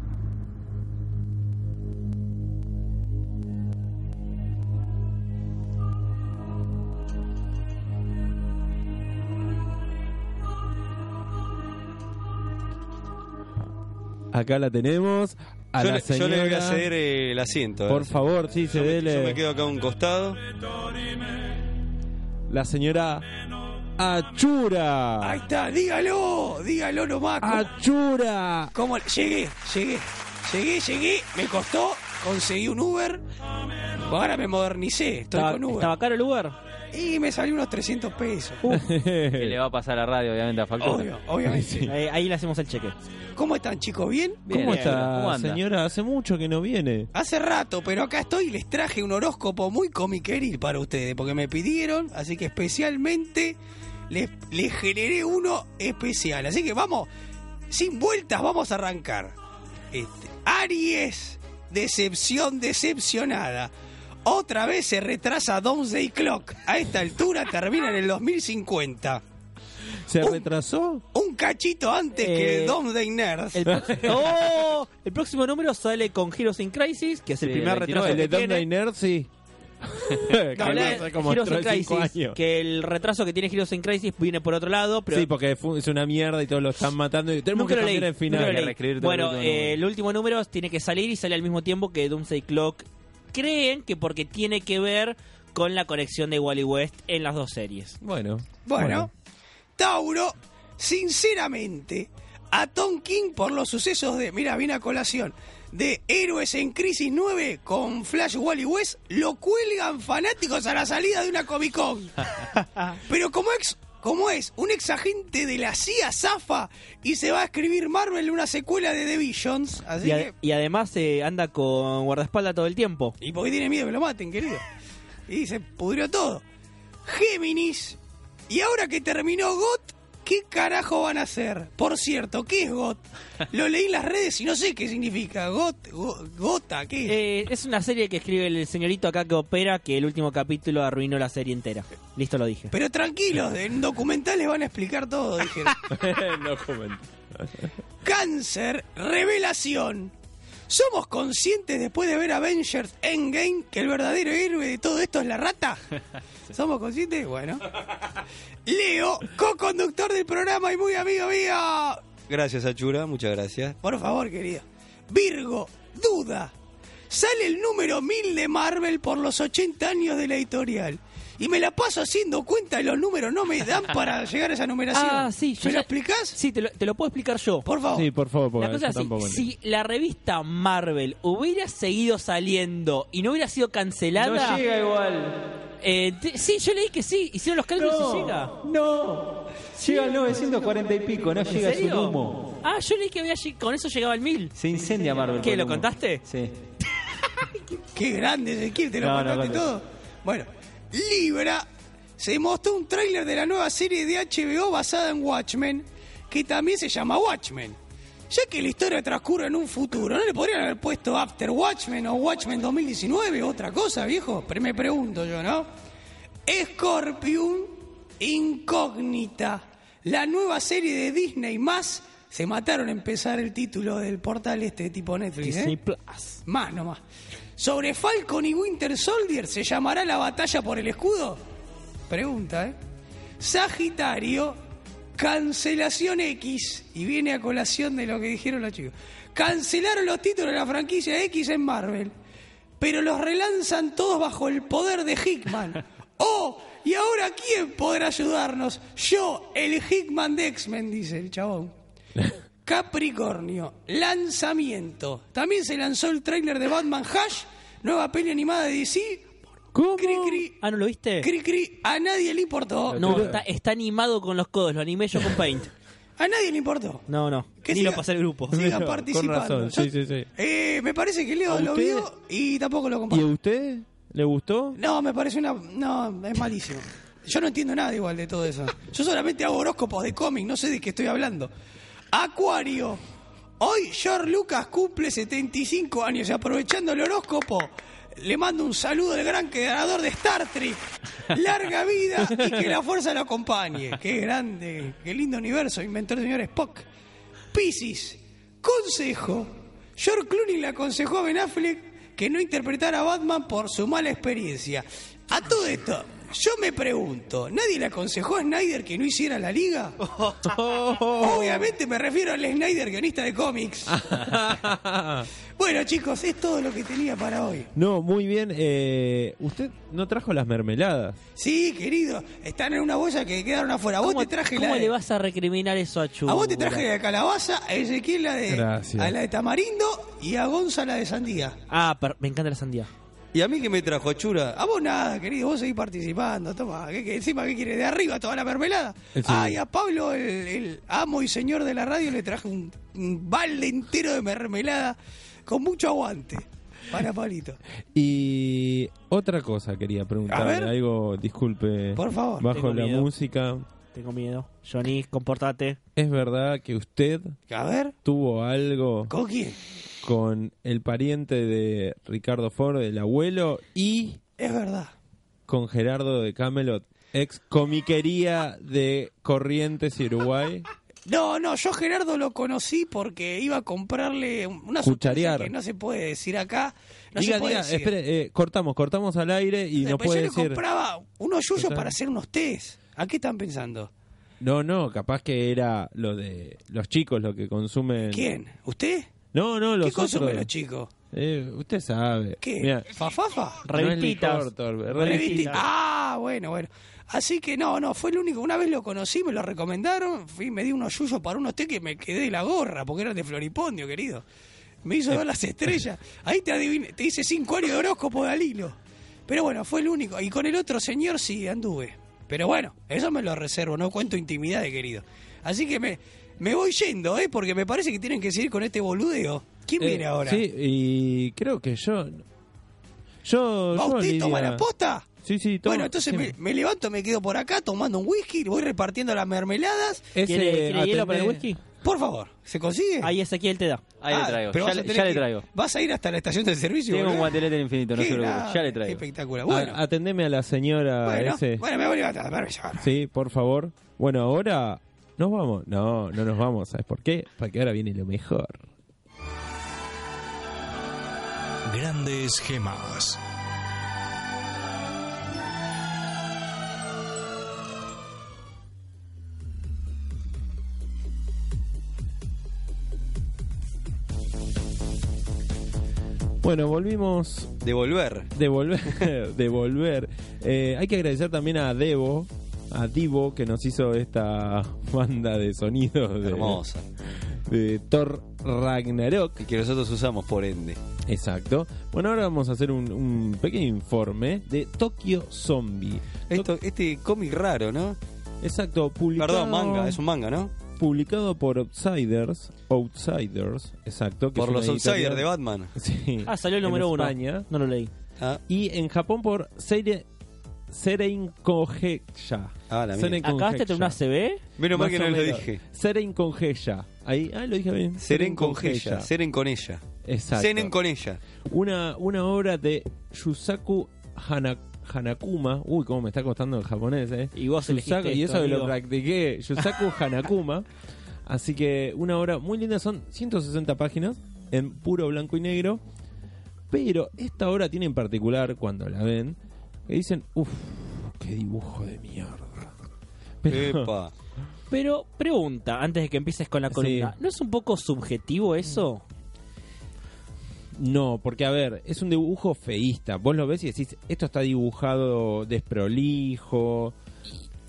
[SPEAKER 4] Acá la tenemos. A
[SPEAKER 3] yo,
[SPEAKER 4] la
[SPEAKER 3] le, yo le voy a
[SPEAKER 4] señora.
[SPEAKER 3] ceder eh, el asiento. eh.
[SPEAKER 4] Por favor, sí,
[SPEAKER 3] yo, me,
[SPEAKER 4] cedele.
[SPEAKER 3] yo me quedo acá a un costado.
[SPEAKER 4] La señora Achura.
[SPEAKER 3] está, dígalo, dígalo nomás.
[SPEAKER 4] Achura.
[SPEAKER 3] ¿Cómo? Llegué, llegué, llegué, llegué, me costó, conseguí un Uber, ahora me modernicé, estoy
[SPEAKER 6] ¿Estaba, estaba caro el Uber?
[SPEAKER 3] y me salió unos 300 pesos.
[SPEAKER 5] Que le va a pasar a la radio, obviamente, a factura.
[SPEAKER 3] obviamente.
[SPEAKER 6] Eh, ahí le hacemos el cheque.
[SPEAKER 3] ¿Cómo están chicos? ¿Bien?
[SPEAKER 5] Bien,
[SPEAKER 4] ¿Cómo
[SPEAKER 5] bien,
[SPEAKER 4] está,
[SPEAKER 5] ¿cómo anda?
[SPEAKER 4] señora? Hace mucho que no viene.
[SPEAKER 3] Hace rato, pero acá estoy y les traje un horóscopo muy comiqueril para ustedes, porque me pidieron, así que especialmente les, les generé uno especial. Así que vamos, sin vueltas, vamos a arrancar. Este, Aries, decepción decepcionada. Otra vez se retrasa Doomsday Clock. A esta altura termina en el 2050.
[SPEAKER 4] ¿Se
[SPEAKER 3] Uh.
[SPEAKER 4] retrasó?
[SPEAKER 3] Un cachito antes que
[SPEAKER 6] Eh,
[SPEAKER 3] Doomsday Nerds.
[SPEAKER 6] El, prox- ¡Oh! el próximo número sale con Heroes in Crisis, que es Eh, el
[SPEAKER 5] Sí,
[SPEAKER 6] primer
[SPEAKER 5] el
[SPEAKER 6] retraso
[SPEAKER 5] 29.
[SPEAKER 4] El de
[SPEAKER 6] que
[SPEAKER 4] Tom
[SPEAKER 6] tiene.
[SPEAKER 4] Niner, sí.
[SPEAKER 6] Que
[SPEAKER 4] Que
[SPEAKER 6] habla de
[SPEAKER 4] pasa como
[SPEAKER 6] Heroes in
[SPEAKER 4] dentro de cinco
[SPEAKER 6] Crisis,
[SPEAKER 4] años.
[SPEAKER 6] que el retraso que tiene Heroes in Crisis viene por otro lado, pero
[SPEAKER 4] Sí, porque fu- es una mierda y todos lo están matando. Y tenemos
[SPEAKER 6] nunca
[SPEAKER 4] que
[SPEAKER 6] lo
[SPEAKER 4] cambiar
[SPEAKER 6] leí.
[SPEAKER 4] el final.
[SPEAKER 6] nunca
[SPEAKER 5] Hay
[SPEAKER 6] lo
[SPEAKER 5] que
[SPEAKER 6] leí.
[SPEAKER 5] reescribir todo el
[SPEAKER 6] Bueno,
[SPEAKER 5] último
[SPEAKER 6] eh,
[SPEAKER 5] número.
[SPEAKER 6] el último número tiene que salir y sale al mismo tiempo que Doomsday Clock. Creen que porque tiene que ver con la conexión de Wally West en las dos series.
[SPEAKER 4] Bueno.
[SPEAKER 2] Bueno, Tauro, sinceramente, a Tom King por los sucesos de, mira, viene a colación, de Héroes en Crisis 9 con Flash Wally West, lo cuelgan fanáticos a la salida de una Comic Con. Pero como ex... Como es, un ex agente de la CIA zafa y se va a escribir Marvel una secuela de The Visions. Así
[SPEAKER 6] Y,
[SPEAKER 2] que.
[SPEAKER 6] a- y además eh, anda con guardaespaldas todo el tiempo.
[SPEAKER 2] Y porque tiene miedo que lo maten, querido. Y se pudrió todo. Géminis. Y ahora que terminó GOT, ¿qué carajo van a hacer? Por cierto, ¿qué es GOT? Lo leí en las redes y no sé qué significa. GOT, go- gota, ¿qué? es?
[SPEAKER 6] Eh, es una serie que escribe el señorito acá que opera que el último capítulo arruinó la serie entera. Listo, lo dije.
[SPEAKER 2] Pero tranquilos, en documentales van a explicar todo, dijeron.
[SPEAKER 4] no comento.
[SPEAKER 2] Cáncer, revelación. ¿Somos conscientes después de ver Avengers Endgame que el verdadero héroe de todo esto es la rata? ¿Somos conscientes? Bueno. Leo, co-conductor del programa y muy amigo mío.
[SPEAKER 3] Gracias, Achura, muchas gracias.
[SPEAKER 2] Por favor, querido. Virgo, duda. Sale el número 1000 de Marvel por los 80 años de la editorial. Y me la paso haciendo cuenta y los números no me dan para llegar a esa numeración.
[SPEAKER 6] Ah, sí, yo
[SPEAKER 2] ¿Me lo
[SPEAKER 6] ya-
[SPEAKER 2] explicás?
[SPEAKER 6] Sí, te lo, te lo puedo explicar yo.
[SPEAKER 2] Por favor.
[SPEAKER 4] Sí, por favor, porque
[SPEAKER 6] La cosa
[SPEAKER 4] yo
[SPEAKER 6] es así,
[SPEAKER 4] tampoco entiendo.
[SPEAKER 6] si la revista Marvel hubiera seguido saliendo y no hubiera sido cancelada...
[SPEAKER 5] No llega igual.
[SPEAKER 6] eh, te- sí, yo leí que sí, hicieron los cálculos y llega.
[SPEAKER 5] No. Llega al 940 y pico, no llega
[SPEAKER 6] ¿En
[SPEAKER 5] su
[SPEAKER 6] serio?
[SPEAKER 5] humo.
[SPEAKER 6] Ah, yo leí que había lleg- con eso llegaba al mil.
[SPEAKER 5] Se incendia Marvel.
[SPEAKER 6] ¿Qué,
[SPEAKER 5] por
[SPEAKER 6] lo
[SPEAKER 5] humo.
[SPEAKER 6] contaste?
[SPEAKER 5] Sí.
[SPEAKER 2] Qué grande, Ezequiel, te lo
[SPEAKER 5] No, no,
[SPEAKER 2] mandaste
[SPEAKER 5] vale.
[SPEAKER 2] todo. Bueno, Libra se mostró un tráiler de la nueva serie de HBO basada en Watchmen, que también se llama Watchmen. Ya que la historia transcurre en un futuro, ¿no le podrían haber puesto After Watchmen o Watchmen 2019 o otra cosa, viejo? Pero me pregunto yo, ¿no? Scorpion Incógnita, la nueva serie de Disney más. Se mataron a empezar el título del portal este tipo Netflix, ¿eh?
[SPEAKER 6] Disney Plus.
[SPEAKER 2] Más nomás. Sobre Falcon y Winter Soldier, ¿se llamará la batalla por el escudo? Pregunta, ¿eh? Sagitario, cancelación X. Y viene a colación de lo que dijeron los chicos. Cancelaron los títulos de la franquicia X en Marvel. Pero los relanzan todos bajo el poder de Hickman. ¡Oh! ¿Y ahora quién podrá ayudarnos? Yo, el Hickman de X-Men, dice el chabón. Capricornio, lanzamiento. También se lanzó el tráiler de Batman Hash, nueva peli animada de DC.
[SPEAKER 6] ¿Cómo?
[SPEAKER 2] Cri, cri.
[SPEAKER 6] Ah, ¿no lo viste?
[SPEAKER 2] Cri cri, a nadie le importó.
[SPEAKER 6] No, está, está animado con los codos, lo animé yo con Paint.
[SPEAKER 2] A nadie le importó.
[SPEAKER 6] No, no,
[SPEAKER 2] Que
[SPEAKER 6] ni
[SPEAKER 2] siga-
[SPEAKER 6] lo pasé al grupo.
[SPEAKER 2] Sigan
[SPEAKER 4] Con
[SPEAKER 2] participando.
[SPEAKER 4] razón, sí, sí, sí.
[SPEAKER 2] eh, me parece que Leo
[SPEAKER 4] ¿A
[SPEAKER 2] lo
[SPEAKER 4] ustedes?
[SPEAKER 2] vio y tampoco lo
[SPEAKER 4] ¿Y a
[SPEAKER 2] compartió.
[SPEAKER 4] usted? ¿Le gustó?
[SPEAKER 2] No, me parece una. No, es malísimo. Yo no entiendo nada igual de todo eso. Yo solamente hago horóscopos de cómic, no sé de qué estoy hablando. Acuario. Hoy George Lucas cumple 75 años y aprovechando el horóscopo, le mando un saludo al gran creador de Star Trek. Larga vida y que la fuerza lo acompañe. Qué grande, qué lindo universo inventó el señor Spock. Piscis, consejo. George Clooney le aconsejó a Ben Affleck que no interpretara a Batman por su mala experiencia. A todo esto,
[SPEAKER 7] Yo me pregunto, ¿nadie le aconsejó a Snyder que no hiciera la liga?
[SPEAKER 4] Oh.
[SPEAKER 7] Obviamente me refiero al Snyder, guionista de cómics. bueno, chicos, es todo lo que tenía para hoy.
[SPEAKER 4] No, muy bien. eh, usted no trajo las mermeladas.
[SPEAKER 7] Sí, querido, están en una bolsa que quedaron afuera. A vos te traje
[SPEAKER 6] ¿Cómo
[SPEAKER 7] la de-
[SPEAKER 6] le vas a recriminar eso a Chu?
[SPEAKER 7] A vos te traje la de calabaza, a Ezequiel la de,
[SPEAKER 4] Gracias.
[SPEAKER 7] a la de tamarindo y a Gonza la de sandía.
[SPEAKER 6] Ah, per- me encanta la sandía.
[SPEAKER 3] ¿Y a mí que me trajo chura?
[SPEAKER 7] A vos nada, querido, vos seguís participando. Toma, ¿qué, qué- encima, ¿qué quiere? De arriba toda la mermelada.
[SPEAKER 4] Sí.
[SPEAKER 7] Ay, a Pablo, el, el amo y señor de la radio, le traje un, un balde entero de mermelada con mucho aguante. Para Pablito.
[SPEAKER 4] Y otra cosa quería preguntarle.
[SPEAKER 7] A ver.
[SPEAKER 4] Algo, disculpe.
[SPEAKER 7] Por favor.
[SPEAKER 4] Bajo
[SPEAKER 6] Tengo
[SPEAKER 4] la
[SPEAKER 6] miedo.
[SPEAKER 4] música.
[SPEAKER 6] Tengo miedo. Johnny, comportate.
[SPEAKER 4] ¿Es verdad que usted
[SPEAKER 7] A ver,
[SPEAKER 4] tuvo algo
[SPEAKER 7] ¿con quién?
[SPEAKER 4] con el pariente de Ricardo Ford, el abuelo, y
[SPEAKER 7] Es verdad.
[SPEAKER 4] con Gerardo de Camelot, ex comiquería de Corrientes y Uruguay?
[SPEAKER 7] No, no, yo a Gerardo lo conocí porque iba a comprarle un- una
[SPEAKER 4] Cucharear.
[SPEAKER 7] sustancia que no se puede decir acá. No
[SPEAKER 4] diga,
[SPEAKER 7] se puede
[SPEAKER 4] diga,
[SPEAKER 7] decir.
[SPEAKER 4] espere, eh, cortamos, cortamos al aire y no
[SPEAKER 7] Después
[SPEAKER 4] puede
[SPEAKER 7] yo le
[SPEAKER 4] decir.
[SPEAKER 7] compraba unos yuyos
[SPEAKER 4] Escuchá.
[SPEAKER 7] para hacer unos tés. ¿A qué están pensando?
[SPEAKER 4] No, no, capaz que era lo de los chicos lo que consumen.
[SPEAKER 7] ¿Quién? ¿Usted?
[SPEAKER 4] No, no, los
[SPEAKER 7] ¿Qué consumen
[SPEAKER 4] otros.
[SPEAKER 7] los chicos?
[SPEAKER 4] Eh, usted sabe.
[SPEAKER 7] ¿Qué?
[SPEAKER 4] Mirá,
[SPEAKER 7] ¿Fafafa?
[SPEAKER 4] no es
[SPEAKER 6] Revistitas.
[SPEAKER 4] licor, Torbe,
[SPEAKER 7] Revista.
[SPEAKER 4] revistitas.
[SPEAKER 7] Ah, bueno, bueno. Así que no, no, fue el único. Una vez lo conocí, me lo recomendaron. Fui, me di unos yuyos para unos té que me quedé la gorra porque eran de Floripondio, querido. Me hizo ver las estrellas. Ahí te adiviné, te hice cinco años de horóscopo de Alilo. Pero bueno, fue el único. Y con el otro señor sí anduve. Pero bueno, eso me lo reservo, no cuento intimidades, querido. Así que me, me voy yendo, ¿eh? Porque me parece que tienen que seguir con este boludeo. ¿Quién
[SPEAKER 4] Eh,
[SPEAKER 7] viene ahora?
[SPEAKER 4] Sí, y creo que yo. Yo.
[SPEAKER 7] ¿Va
[SPEAKER 4] yo,
[SPEAKER 7] usted
[SPEAKER 4] Lidia.
[SPEAKER 7] toma la posta?
[SPEAKER 4] Sí, sí, toma.
[SPEAKER 7] Bueno, entonces me, me levanto, me quedo por acá tomando un whisky, voy repartiendo las mermeladas.
[SPEAKER 4] Ese,
[SPEAKER 6] ¿Quiere, quiere hielo
[SPEAKER 4] atendé-
[SPEAKER 6] para el whisky?
[SPEAKER 7] Por favor, ¿se consigue?
[SPEAKER 6] Ahí Ezequiel te da.
[SPEAKER 5] Ahí
[SPEAKER 7] Ah,
[SPEAKER 5] le traigo.
[SPEAKER 7] pero
[SPEAKER 5] Ya,
[SPEAKER 7] vas a
[SPEAKER 5] le,
[SPEAKER 7] tener
[SPEAKER 5] ya le
[SPEAKER 7] que-
[SPEAKER 5] traigo.
[SPEAKER 7] ¿Vas a ir hasta la estación del servicio?
[SPEAKER 5] Tengo
[SPEAKER 7] boludo?
[SPEAKER 5] un guatelete infinito, no
[SPEAKER 7] Qué
[SPEAKER 5] se preocupe.
[SPEAKER 7] grande,
[SPEAKER 5] Ya le
[SPEAKER 7] qué
[SPEAKER 5] traigo. Ah,
[SPEAKER 7] Espectacular.
[SPEAKER 4] A-
[SPEAKER 7] Bueno,
[SPEAKER 4] atendeme a la señora
[SPEAKER 7] bueno,
[SPEAKER 4] ese.
[SPEAKER 7] bueno, me voy a levantar. me voy a llevar.
[SPEAKER 4] Sí, por favor. Bueno, ahora. ¿Nos vamos? No, no nos vamos. ¿Sabes por qué? Porque ahora viene lo mejor.
[SPEAKER 2] Grandes gemas.
[SPEAKER 4] Bueno, volvimos
[SPEAKER 3] Devolver.
[SPEAKER 4] Devolver, devolver. Eh, hay que agradecer también a Devo, a Divo, que nos hizo esta banda de sonidos de,
[SPEAKER 3] Hermosa.
[SPEAKER 4] de Thor Ragnarok.
[SPEAKER 3] Y que nosotros usamos, por ende.
[SPEAKER 4] Exacto. Bueno, ahora vamos a hacer un, un pequeño informe de Tokyo Zombie.
[SPEAKER 3] Esto, este cómic raro, ¿no?
[SPEAKER 4] Exacto, publicado.
[SPEAKER 3] Perdón, manga. Es un manga, ¿no?
[SPEAKER 4] Publicado por Outsiders. Outsiders, exacto. que
[SPEAKER 3] Por
[SPEAKER 4] es
[SPEAKER 3] los
[SPEAKER 4] una
[SPEAKER 3] outsiders
[SPEAKER 4] editorial-
[SPEAKER 3] de Batman.
[SPEAKER 4] Sí.
[SPEAKER 6] Ah, salió el
[SPEAKER 4] En
[SPEAKER 6] número uno.
[SPEAKER 4] España.
[SPEAKER 6] No lo leí.
[SPEAKER 3] Ah,
[SPEAKER 4] Y en Japón por Seire. Serincogeya.
[SPEAKER 3] Ah, la mía.
[SPEAKER 6] ¿Acabaste de tener una CB?
[SPEAKER 3] menos mal que no
[SPEAKER 4] Más
[SPEAKER 3] lo
[SPEAKER 4] o menos.
[SPEAKER 3] dije.
[SPEAKER 4] Seren con Geya. Ahí, ah, lo dije bien.
[SPEAKER 3] Seren con ella. Seren con ella.
[SPEAKER 4] Exacto.
[SPEAKER 3] Seren con ella.
[SPEAKER 4] Una, una obra de Yusaku Hana- Hanakuma. Uy, cómo me está costando el japonés, eh.
[SPEAKER 6] Y vos elegiste
[SPEAKER 4] Yusaku- y
[SPEAKER 6] esto,
[SPEAKER 4] eso que lo
[SPEAKER 6] amigo.
[SPEAKER 4] practiqué. Yusaku Hanakuma. Así que una obra muy linda. Son 160 páginas en puro blanco y negro. Pero esta obra tiene en particular, cuando la ven, que dicen, uff, qué dibujo de mierda. Pero-
[SPEAKER 3] Epa.
[SPEAKER 6] Pero pregunta, antes de que empieces con la
[SPEAKER 4] Sí.
[SPEAKER 6] columna, ¿no es un poco subjetivo eso?
[SPEAKER 4] No, porque a ver, es un dibujo feísta. Vos lo ves y decís, esto está dibujado desprolijo.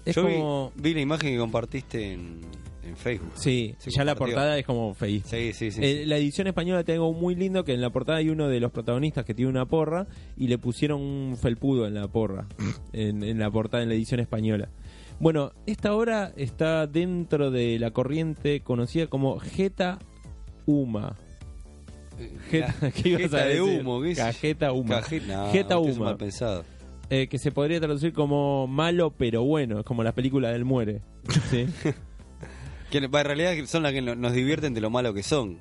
[SPEAKER 4] Es
[SPEAKER 3] Yo vi-
[SPEAKER 4] como.
[SPEAKER 3] vi, la imagen que compartiste en, en Facebook.
[SPEAKER 4] Sí,
[SPEAKER 3] Se
[SPEAKER 4] ya la
[SPEAKER 3] compartió.
[SPEAKER 4] portada es como feísta.
[SPEAKER 3] Sí, sí, sí.
[SPEAKER 4] Eh, la edición española tengo muy lindo que en la portada hay uno de los protagonistas que tiene una porra y le pusieron un felpudo en la porra, en, en la portada, en la edición española. Bueno, esta obra está dentro de la corriente conocida como Geta Uma. Jeta, ¿qué ibas
[SPEAKER 3] Eh, Jeta
[SPEAKER 4] a
[SPEAKER 3] de
[SPEAKER 4] decir?
[SPEAKER 3] humo, ¿qué es?
[SPEAKER 4] Cajeta Uma.
[SPEAKER 3] Cajeta,
[SPEAKER 4] Jeta Uma.
[SPEAKER 3] Mal pensado.
[SPEAKER 4] Eh, que se podría traducir como malo pero bueno, es como la película del muere. ¿sí?
[SPEAKER 3] Que en en realidad son las que no- nos divierten de lo malo que son.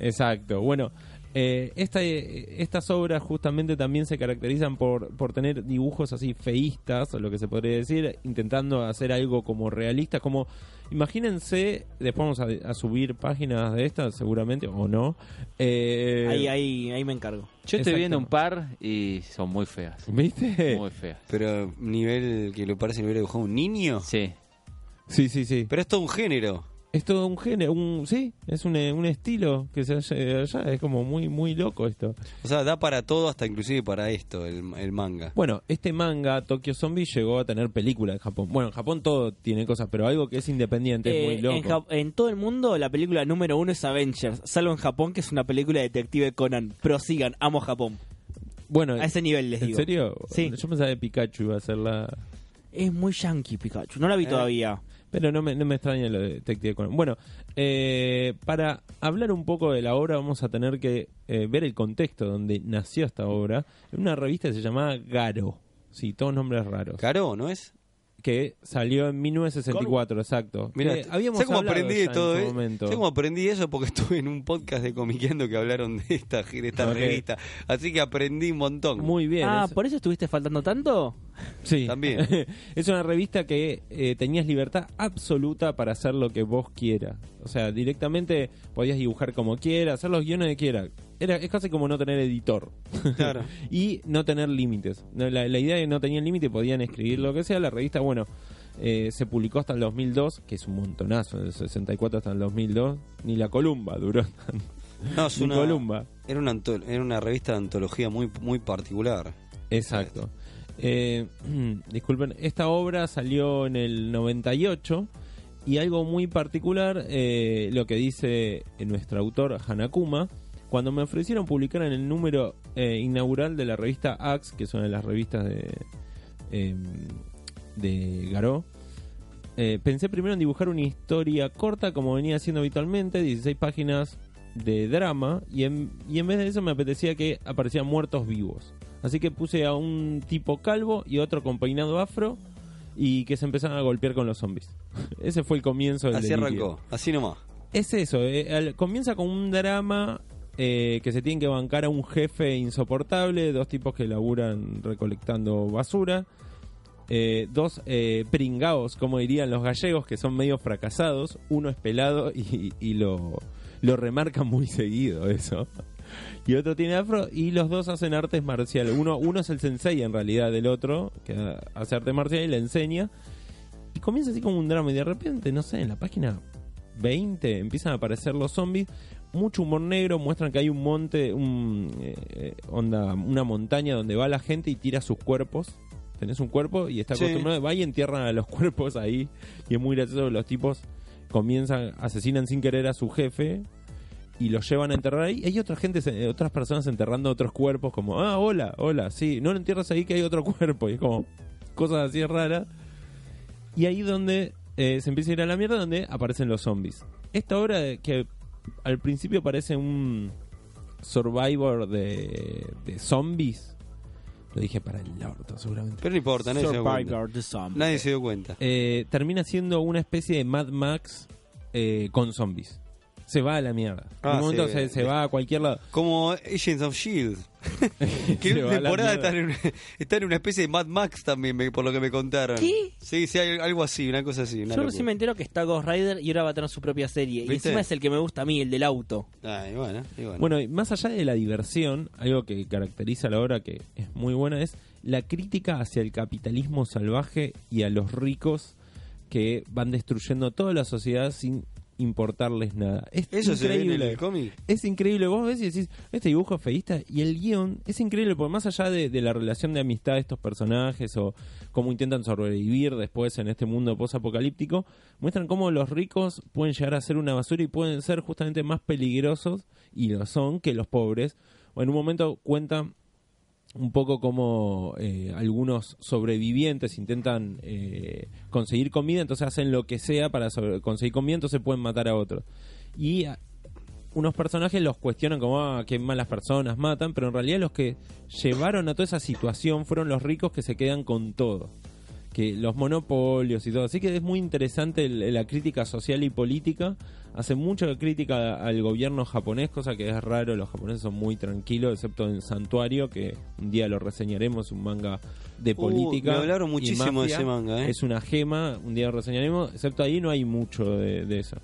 [SPEAKER 4] Exacto. Bueno, Eh, esta- eh, estas obras justamente también se caracterizan por, por tener dibujos así feístas, o lo que se podría decir, intentando hacer algo como realista, como imagínense, después vamos a, a subir páginas de estas seguramente, o no. eh,
[SPEAKER 6] Ahí, ahí, ahí me encargo.
[SPEAKER 4] Exacto.
[SPEAKER 5] Yo estoy viendo un par y son muy feas.
[SPEAKER 4] ¿Viste?
[SPEAKER 5] Muy feas.
[SPEAKER 3] Pero nivel que lo parece que lo hubiera dibujado un niño.
[SPEAKER 5] Sí.
[SPEAKER 4] Sí, sí, sí.
[SPEAKER 3] Pero es todo un género.
[SPEAKER 4] Es todo un género, un, sí, es un, eh, un estilo que se hace allá, es como muy, muy loco esto.
[SPEAKER 3] O sea, da para todo, hasta inclusive para esto, el, el manga.
[SPEAKER 4] Bueno, este manga, Tokyo Zombie, llegó a tener película en Japón. Bueno, en Japón todo tiene cosas, pero algo que es independiente
[SPEAKER 6] Eh,
[SPEAKER 4] es muy
[SPEAKER 6] en,
[SPEAKER 4] loco.
[SPEAKER 6] Jap- en todo el mundo la película número uno es Avengers, salvo en Japón que es una película de detective Conan. Prosigan, amo Japón.
[SPEAKER 4] Bueno,
[SPEAKER 6] A ese nivel les
[SPEAKER 4] ¿en
[SPEAKER 6] digo.
[SPEAKER 4] serio?
[SPEAKER 6] Sí.
[SPEAKER 4] Yo pensaba que Pikachu iba a ser la...
[SPEAKER 6] Es muy yankee Pikachu, no la vi todavía.
[SPEAKER 4] Pero no me, no me extraña lo de Detective Conan. Bueno, eh, para hablar un poco de la obra vamos a tener que eh, ver el contexto donde nació esta obra. En una revista que se llamaba Garo. Sí, todos nombres raros.
[SPEAKER 3] Caro, ¿no es?
[SPEAKER 4] que salió en 1964, exacto.
[SPEAKER 3] Mira,
[SPEAKER 4] Que habíamos
[SPEAKER 3] sé cómo
[SPEAKER 4] hablado
[SPEAKER 3] aprendí
[SPEAKER 4] ya
[SPEAKER 3] de
[SPEAKER 4] en
[SPEAKER 3] todo
[SPEAKER 4] su
[SPEAKER 3] eso.
[SPEAKER 4] momento.
[SPEAKER 3] Sé cómo aprendí eso porque estuve en un podcast de Comiqueando que hablaron de esta, de esta
[SPEAKER 4] Ok.
[SPEAKER 3] revista. Así que aprendí un montón.
[SPEAKER 4] Muy bien.
[SPEAKER 6] ah,
[SPEAKER 4] es-
[SPEAKER 6] ¿por eso estuviste faltando tanto?
[SPEAKER 4] Sí.
[SPEAKER 3] También.
[SPEAKER 4] es una revista que eh, tenías libertad absoluta para hacer lo que vos quieras. O sea, directamente podías dibujar como quieras, hacer los guiones que quieras. Era, es casi como no tener editor.
[SPEAKER 3] Claro.
[SPEAKER 4] y no tener límites. No, La, la idea de que no tenían límite, podían escribir lo que sea. La revista, bueno, eh, se publicó hasta el 2002, que es un montonazo, del 64 hasta el 2002. Ni la Columba duró tanto.
[SPEAKER 3] No, es
[SPEAKER 4] Ni
[SPEAKER 3] una,
[SPEAKER 4] Columba.
[SPEAKER 3] Era, una anto- era una revista de antología muy, muy particular.
[SPEAKER 4] Exacto. Eh, disculpen, esta obra salió en el 98 y algo muy particular, eh, lo que dice nuestro autor Hanakuma, cuando me ofrecieron publicar en el número eh, inaugural de la revista Axe, que es una de las revistas de, eh, de Garó, eh, pensé primero en dibujar una historia corta como venía haciendo habitualmente, 16 páginas de drama, y en, y en vez de eso me apetecía que aparecieran muertos vivos. Así que puse a un tipo calvo y otro con peinado afro y que se empezaron a golpear con los zombies. Ese fue el comienzo del
[SPEAKER 3] Así
[SPEAKER 4] delirio.
[SPEAKER 3] arrancó, así nomás.
[SPEAKER 4] Es eso, eh, al- comienza con un drama eh, que se tiene que bancar a un jefe insoportable, dos tipos que laburan recolectando basura, eh, dos eh, pringaos, como dirían los gallegos, que son medio fracasados, uno es pelado y, y lo, lo remarcan muy seguido eso. Y otro tiene afro y los dos hacen artes marciales. Uno, uno es el sensei en realidad del otro, que hace arte marcial y le enseña. Y comienza así como un drama y de repente, no sé, en la página 20 empiezan a aparecer los zombies. Mucho humor negro, muestran que hay un monte, un, eh, eh, onda, una montaña donde va la gente y tira sus cuerpos. Tenés un cuerpo y está
[SPEAKER 3] Sí.
[SPEAKER 4] acostumbrado, va y entierra a los cuerpos ahí. Y es muy gracioso, los tipos comienzan, asesinan sin querer a su jefe y los llevan a enterrar ahí. Hay otra gente, se- otras personas enterrando otros cuerpos como, ah, hola, hola, sí, no lo entierras ahí que hay otro cuerpo. Y es como cosas así raras. Y ahí donde eh, se empieza a ir a la mierda, donde aparecen los zombies. Esta obra de- que al principio parece un survivor de, de zombies. Lo dije para el orto, seguramente.
[SPEAKER 3] Pero no importa, nadie se dio cuenta.
[SPEAKER 6] Survivor the Zombie.
[SPEAKER 3] Nadie se dio cuenta.
[SPEAKER 4] Eh, termina siendo una especie de Mad Max eh, con zombies. Se va a la mierda.
[SPEAKER 3] Ah,
[SPEAKER 4] en un momento
[SPEAKER 3] sí,
[SPEAKER 4] se, se
[SPEAKER 3] eh.
[SPEAKER 4] va a cualquier lado.
[SPEAKER 3] Como Agents of Shield. E que
[SPEAKER 4] Se
[SPEAKER 3] en
[SPEAKER 4] va a
[SPEAKER 3] una
[SPEAKER 4] la
[SPEAKER 3] temporada
[SPEAKER 4] mierda.
[SPEAKER 3] están en, una- están en una especie de Mad Max también, me- por lo que me contaron.
[SPEAKER 6] ¿Qué?
[SPEAKER 3] Sí, sí, hay algo así, una cosa así. una
[SPEAKER 6] Yo
[SPEAKER 3] locura.
[SPEAKER 6] recién me entero que está Ghost Rider y ahora va a tener su propia serie. Y
[SPEAKER 3] ¿Viste?
[SPEAKER 6] encima es el que me gusta a mí, el del auto.
[SPEAKER 3] Ay, bueno, y bueno.
[SPEAKER 4] Bueno, y más allá de la diversión, algo que caracteriza la obra que es muy buena es la crítica hacia el capitalismo salvaje y a los ricos que van destruyendo toda la sociedad sin importarles nada. Es
[SPEAKER 3] Eso se ve en
[SPEAKER 4] increíble.
[SPEAKER 3] el cómic.
[SPEAKER 4] es increíble. Vos ves y decís, este dibujo es feísta. Y el guión es increíble, porque más allá de, de la relación de amistad de estos personajes o cómo intentan sobrevivir después en este mundo posapocalíptico, muestran cómo los ricos pueden llegar a ser una basura y pueden ser justamente más peligrosos, y lo son, que los pobres. O en un momento cuentan un poco como eh, algunos sobrevivientes intentan eh, conseguir comida, entonces hacen lo que sea para sobre- conseguir comida, entonces pueden matar a otros. Y a- unos personajes los cuestionan como, ah, qué malas personas matan, pero en realidad los que llevaron a toda esa situación fueron los ricos que se quedan con todo. que los monopolios y todo. Así que es muy interesante el- la crítica social y política. Hace mucha crítica al gobierno japonés, cosa que es raro. Los japoneses son muy tranquilos, excepto en Santuario, que un día lo reseñaremos, un manga de política.
[SPEAKER 3] Uh, me hablaron
[SPEAKER 4] y
[SPEAKER 3] muchísimo de
[SPEAKER 4] mafia.
[SPEAKER 3] ese manga, ¿eh?
[SPEAKER 4] Es una gema, un día lo reseñaremos. Excepto ahí no hay mucho de, de eso.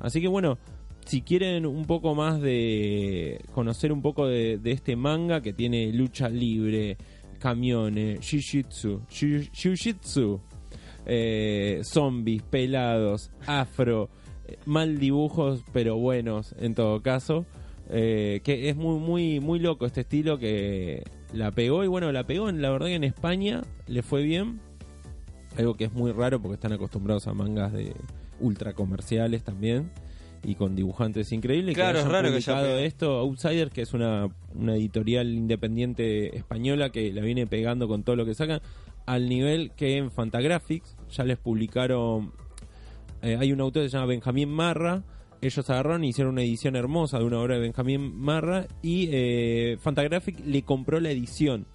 [SPEAKER 4] Así que bueno, si quieren un poco más de conocer un poco de, de este manga que tiene lucha libre, camiones, jiu-jitsu, jiu- jiu-jitsu, eh, zombies, pelados, afro, eh, mal dibujos pero buenos en todo caso, eh, que es muy muy muy loco este estilo que la pegó y bueno la pegó en la verdad que en España le fue bien algo que es muy raro porque están acostumbrados a mangas de ultra comerciales también y con dibujantes increíbles.
[SPEAKER 3] Claro, es
[SPEAKER 4] hayan
[SPEAKER 3] raro que haya
[SPEAKER 4] publicado
[SPEAKER 3] pegado.
[SPEAKER 4] esto Outsider, que es una, una editorial independiente española que la viene pegando con todo lo que sacan, al nivel que en Fantagraphics ya les publicaron. eh, hay un autor que se llama Benjamín Marra. Ellos agarraron y hicieron una edición hermosa de una obra de Benjamín Marra y eh, Fantagraphic le compró la edición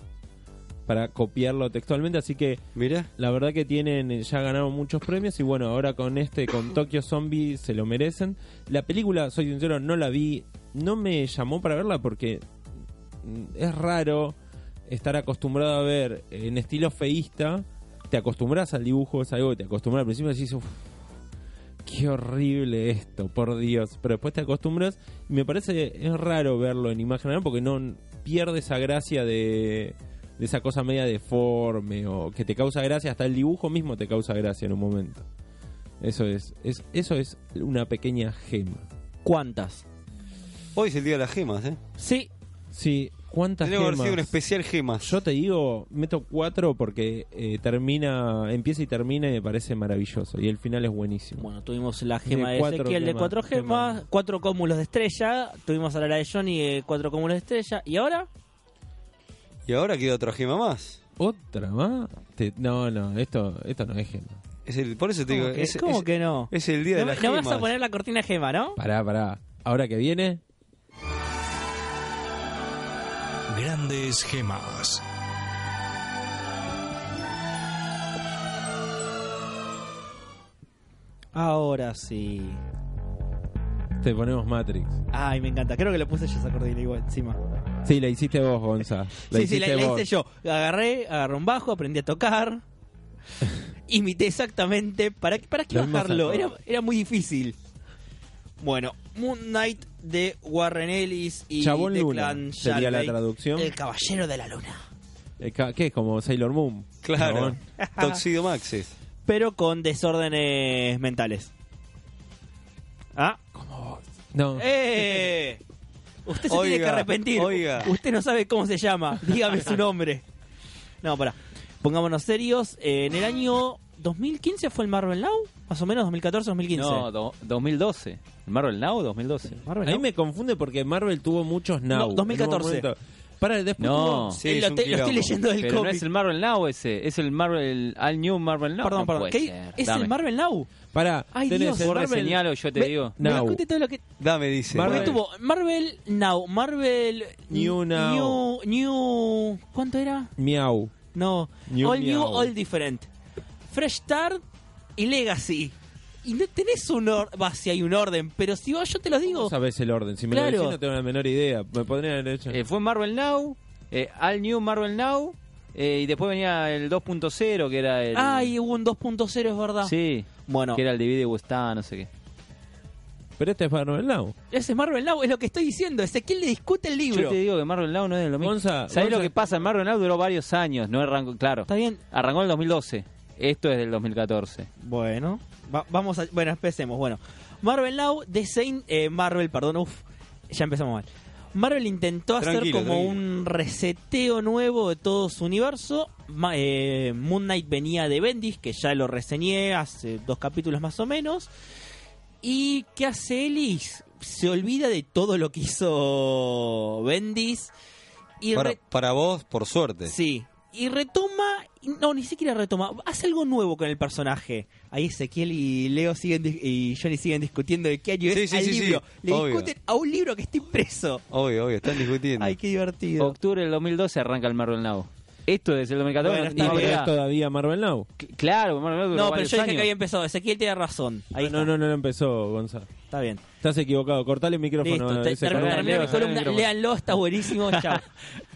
[SPEAKER 4] para copiarlo textualmente, así que
[SPEAKER 3] Mirá.
[SPEAKER 4] la verdad que tienen, eh, ya ganaron muchos premios y bueno, ahora con este, con Tokyo Zombie, se lo merecen. La película, soy sincero, no la vi, no me llamó para verla porque mm, es raro estar acostumbrado a ver en estilo feísta, te acostumbras al dibujo, es algo que te acostumbras al principio y decís, "Uf, qué horrible esto, por Dios, pero después te acostumbras y me parece, es raro verlo en imagen real porque no pierde esa gracia de de esa cosa media deforme o que te causa gracia, hasta el dibujo mismo te causa gracia en un momento. Eso es, es eso es una pequeña gema.
[SPEAKER 6] ¿Cuántas?
[SPEAKER 3] Hoy es el día de las gemas, ¿eh?
[SPEAKER 6] Sí,
[SPEAKER 4] Sí, ¿cuántas
[SPEAKER 3] Tendría que haber
[SPEAKER 4] gemas?
[SPEAKER 3] sido un especial gemas.
[SPEAKER 4] Yo te digo, meto cuatro porque eh, termina, empieza y termina y me parece maravilloso y el final es buenísimo.
[SPEAKER 6] Bueno, tuvimos la gema
[SPEAKER 4] De
[SPEAKER 6] de,
[SPEAKER 4] cuatro
[SPEAKER 6] Ezequiel de
[SPEAKER 4] gemas,
[SPEAKER 6] cuatro gemas,
[SPEAKER 4] gemas.
[SPEAKER 6] cuatro cómulos de estrella, tuvimos a la de Johnny de cuatro cómulos de estrella, y ahora
[SPEAKER 3] Y ahora queda otra gema más.
[SPEAKER 4] Otra más, Te- no, no, esto, esto no es gema.
[SPEAKER 3] Es el, por eso te
[SPEAKER 6] ¿cómo,
[SPEAKER 3] digo,
[SPEAKER 6] que,
[SPEAKER 3] es,
[SPEAKER 6] cómo
[SPEAKER 3] es-
[SPEAKER 6] que no?
[SPEAKER 3] es el día
[SPEAKER 6] no
[SPEAKER 3] de
[SPEAKER 6] me-
[SPEAKER 3] las
[SPEAKER 6] no
[SPEAKER 3] gemas.
[SPEAKER 6] vas a poner la cortina gema, ¿no?
[SPEAKER 4] Pará, pará. Ahora que viene,
[SPEAKER 2] Grandes gemas.
[SPEAKER 6] Ahora sí.
[SPEAKER 4] te ponemos Matrix.
[SPEAKER 6] Ay, me encanta. Creo que lo puse yo esa cortina igual encima.
[SPEAKER 4] Sí, la hiciste vos, Gonza. La
[SPEAKER 6] sí, sí,
[SPEAKER 4] hiciste
[SPEAKER 6] la, la
[SPEAKER 4] vos.
[SPEAKER 6] hice yo. Agarré, agarré un bajo, aprendí a tocar. Imité exactamente. ¿Para, qué- para qué
[SPEAKER 4] Lo mismo
[SPEAKER 6] bajarlo?
[SPEAKER 4] sacó.
[SPEAKER 6] Era, era muy difícil. Bueno, Moon Knight de Warren Ellis y
[SPEAKER 4] Chabón
[SPEAKER 6] de
[SPEAKER 4] Luna
[SPEAKER 6] Clan
[SPEAKER 4] sería la
[SPEAKER 6] Sharkbait,
[SPEAKER 4] traducción.
[SPEAKER 6] El Caballero de la Luna.
[SPEAKER 4] Eh, ca- ¿Qué? Como Sailor Moon.
[SPEAKER 3] Claro.
[SPEAKER 4] Chabón.
[SPEAKER 3] Toxido Maxis.
[SPEAKER 6] Pero con desórdenes mentales. ¿Ah?
[SPEAKER 4] No.
[SPEAKER 6] ¡Eh! Usted se tiene que
[SPEAKER 3] Oiga,
[SPEAKER 6] arrepentir.
[SPEAKER 3] oiga.
[SPEAKER 6] Usted no sabe cómo se llama. Dígame su nombre. No, pará. Pongámonos serios. Eh, en el año 2015 fue el Marvel Now. Más o menos 2014-2015.
[SPEAKER 5] No, do- 2012. Marvel Now 2012.
[SPEAKER 4] A mí me confunde porque Marvel tuvo muchos now.
[SPEAKER 6] No, 2014.
[SPEAKER 4] En un momento- Para, después
[SPEAKER 5] No.
[SPEAKER 4] tuvo-
[SPEAKER 3] Sí,
[SPEAKER 6] Eh,
[SPEAKER 3] es
[SPEAKER 6] lo,
[SPEAKER 3] un
[SPEAKER 6] te- lo estoy
[SPEAKER 3] quilombo.
[SPEAKER 6] leyendo del
[SPEAKER 5] Pero no
[SPEAKER 6] cómic.
[SPEAKER 5] es el Marvel Now ese, es el Marvel All New Marvel Now.
[SPEAKER 6] Perdón,
[SPEAKER 5] No
[SPEAKER 6] perdón.
[SPEAKER 5] puede
[SPEAKER 6] ¿Qué?
[SPEAKER 5] ser,
[SPEAKER 6] ¿Es
[SPEAKER 5] dame.
[SPEAKER 6] el Marvel Now?
[SPEAKER 4] Para,
[SPEAKER 6] Ay,
[SPEAKER 4] tenés
[SPEAKER 6] Dios.
[SPEAKER 4] el
[SPEAKER 5] Vos
[SPEAKER 4] Marvel-
[SPEAKER 5] reseñalo, yo te
[SPEAKER 6] Me-
[SPEAKER 5] digo.
[SPEAKER 6] me das
[SPEAKER 4] Now.
[SPEAKER 6] cuenta de todo lo que-
[SPEAKER 3] Dame, dice.
[SPEAKER 4] Marvel-
[SPEAKER 6] Porque tuvo Marvel Now, Marvel
[SPEAKER 4] New Now.
[SPEAKER 6] New, New- ¿Cuánto era?
[SPEAKER 4] Miau.
[SPEAKER 6] No.
[SPEAKER 4] New
[SPEAKER 6] all New,
[SPEAKER 4] Meow.
[SPEAKER 6] All Different. Fresh Start y Legacy. Y no tenés un orden. Va, si hay un orden, pero si vos, yo te lo
[SPEAKER 4] No
[SPEAKER 6] digo.
[SPEAKER 4] sabés el orden. Si me
[SPEAKER 6] Claro.
[SPEAKER 4] lo decís no tengo la menor idea. Me podrían haber hecho.
[SPEAKER 5] Eh, fue Marvel Now, eh, All New Marvel Now, eh, y después venía el 2.0, que era el...
[SPEAKER 6] Ay, hubo un 2.0, es verdad.
[SPEAKER 5] Sí,
[SPEAKER 6] Bueno,
[SPEAKER 5] que era el DVD Gustavo, no sé qué.
[SPEAKER 4] Pero este es Marvel Now.
[SPEAKER 6] ese es Marvel Now, es lo que estoy diciendo. Ezequiel le discute el libro.
[SPEAKER 5] Yo te digo que Marvel Now no es lo mismo.
[SPEAKER 4] Gonza, Gonza-
[SPEAKER 5] ¿Sabés lo que pasa? Marvel Now duró varios años, no arrancó, claro.
[SPEAKER 6] Está bien.
[SPEAKER 5] Arrancó en el 2012, esto es del 2014.
[SPEAKER 6] Bueno, va- vamos a. Bueno, empecemos. Bueno, Marvel Now, Design. eh, Marvel, perdón, uff, ya empezamos mal. Marvel intentó
[SPEAKER 3] Tranquilo,
[SPEAKER 6] hacer como
[SPEAKER 3] tranquilo.
[SPEAKER 6] un reseteo nuevo de todo su universo. Ma- eh, Moon Knight venía de Bendis, que ya lo reseñé hace dos capítulos más o menos. ¿Y qué hace Ellis? Se olvida de todo lo que hizo Bendis. Y
[SPEAKER 3] para,
[SPEAKER 6] re-
[SPEAKER 3] para vos, por suerte.
[SPEAKER 6] Sí. Y retoma, no, ni siquiera retoma, hace algo nuevo con el personaje. Ahí Ezequiel y Leo siguen dis- y Johnny siguen discutiendo de qué año
[SPEAKER 3] Sí,
[SPEAKER 6] es
[SPEAKER 3] sí,
[SPEAKER 6] al
[SPEAKER 3] sí, sí.
[SPEAKER 6] libro. Le
[SPEAKER 3] Obvio.
[SPEAKER 6] discuten a un libro que está impreso.
[SPEAKER 3] Obvio, obvio, están discutiendo.
[SPEAKER 6] Ay, qué divertido.
[SPEAKER 5] Octubre del 2012 arranca el Marvel Now. Esto es el 2014.
[SPEAKER 4] Bueno,
[SPEAKER 5] no tenía
[SPEAKER 4] está, pero
[SPEAKER 5] idea.
[SPEAKER 4] es todavía Marvel Now.
[SPEAKER 5] C- Claro, Marvel Now duró
[SPEAKER 6] No, pero
[SPEAKER 5] varios
[SPEAKER 6] yo dije que
[SPEAKER 5] años.
[SPEAKER 6] había empezado. Ezequiel tiene razón. Ahí
[SPEAKER 4] no,
[SPEAKER 6] está.
[SPEAKER 4] no, no, no empezó, Gonzalo.
[SPEAKER 6] Está bien.
[SPEAKER 4] Estás equivocado. Cortale el micrófono.
[SPEAKER 6] Listo,
[SPEAKER 4] a
[SPEAKER 6] te-
[SPEAKER 4] ese
[SPEAKER 6] ter-
[SPEAKER 4] cabrón.
[SPEAKER 5] canal.
[SPEAKER 6] terminé mi
[SPEAKER 5] Leo,
[SPEAKER 6] columna,
[SPEAKER 5] Leo, Leo.
[SPEAKER 6] léanlo, está buenísimo, chao.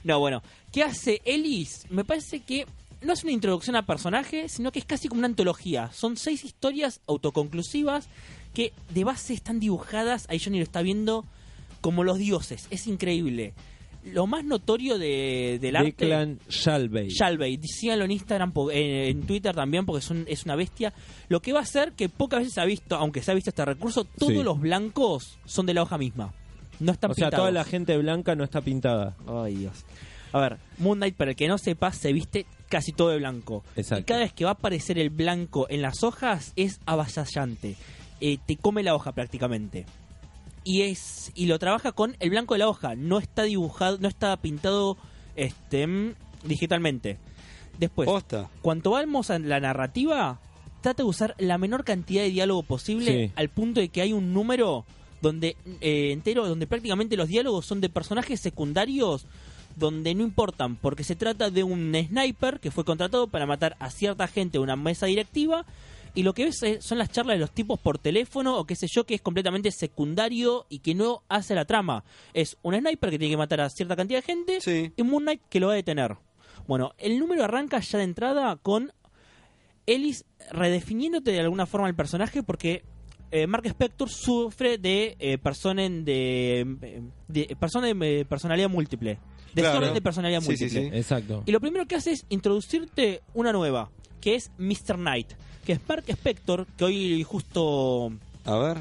[SPEAKER 6] No, bueno, ¿qué hace Ellis? Me parece que no es una introducción a personaje, sino que es casi como una antología. Son seis historias autoconclusivas que de base están dibujadas, ahí Johnny lo está viendo, como los dioses. Es increíble. Lo más notorio de, del arte...
[SPEAKER 4] Declan Shalvey.
[SPEAKER 6] Shalvey, síganlo en Instagram, po- eh, en Twitter también, porque es, un- es una bestia. Lo que va a hacer que pocas veces se ha visto, aunque se ha visto este recurso, todos
[SPEAKER 4] Sí.
[SPEAKER 6] los blancos son de la hoja misma. No están
[SPEAKER 4] O sea,
[SPEAKER 6] pintados.
[SPEAKER 4] toda la gente blanca no está pintada.
[SPEAKER 6] Ay, Dios. A ver, Moon Knight, para el que no sepa, se viste casi todo de blanco.
[SPEAKER 4] Exacto.
[SPEAKER 6] Y cada vez que va a aparecer el blanco en las hojas es avasallante. Eh, te come la hoja prácticamente. Y es y lo trabaja con el blanco de la hoja. No está dibujado, no está pintado este mm, digitalmente. Después,
[SPEAKER 3] Posta.
[SPEAKER 6] cuanto vamos a la narrativa, trata de usar la menor cantidad de diálogo posible
[SPEAKER 4] Sí.
[SPEAKER 6] al punto de que hay un número donde eh, entero donde prácticamente los diálogos son de personajes secundarios donde no importan porque se trata de un sniper que fue contratado para matar a cierta gente de una mesa directiva y lo que ves eh, son las charlas de los tipos por teléfono o qué sé yo que es completamente secundario y que no hace la trama es un sniper que tiene que matar a cierta cantidad de gente
[SPEAKER 3] Sí.
[SPEAKER 6] y Moon Knight que lo va a detener bueno, el número arranca ya de entrada con Ellis redefiniéndote de alguna forma el personaje porque eh, Mark Spector sufre de eh, personen de, em, de- persona de eh, personalidad múltiple. Desorden
[SPEAKER 3] Claro.
[SPEAKER 6] de personalidad
[SPEAKER 3] Sí,
[SPEAKER 6] múltiple.
[SPEAKER 3] sí, sí.
[SPEAKER 4] Exacto.
[SPEAKER 6] Y lo primero que hace es introducirte una nueva, que es Mr. Knight, que es Mark Spector, que hoy justo
[SPEAKER 3] A ver.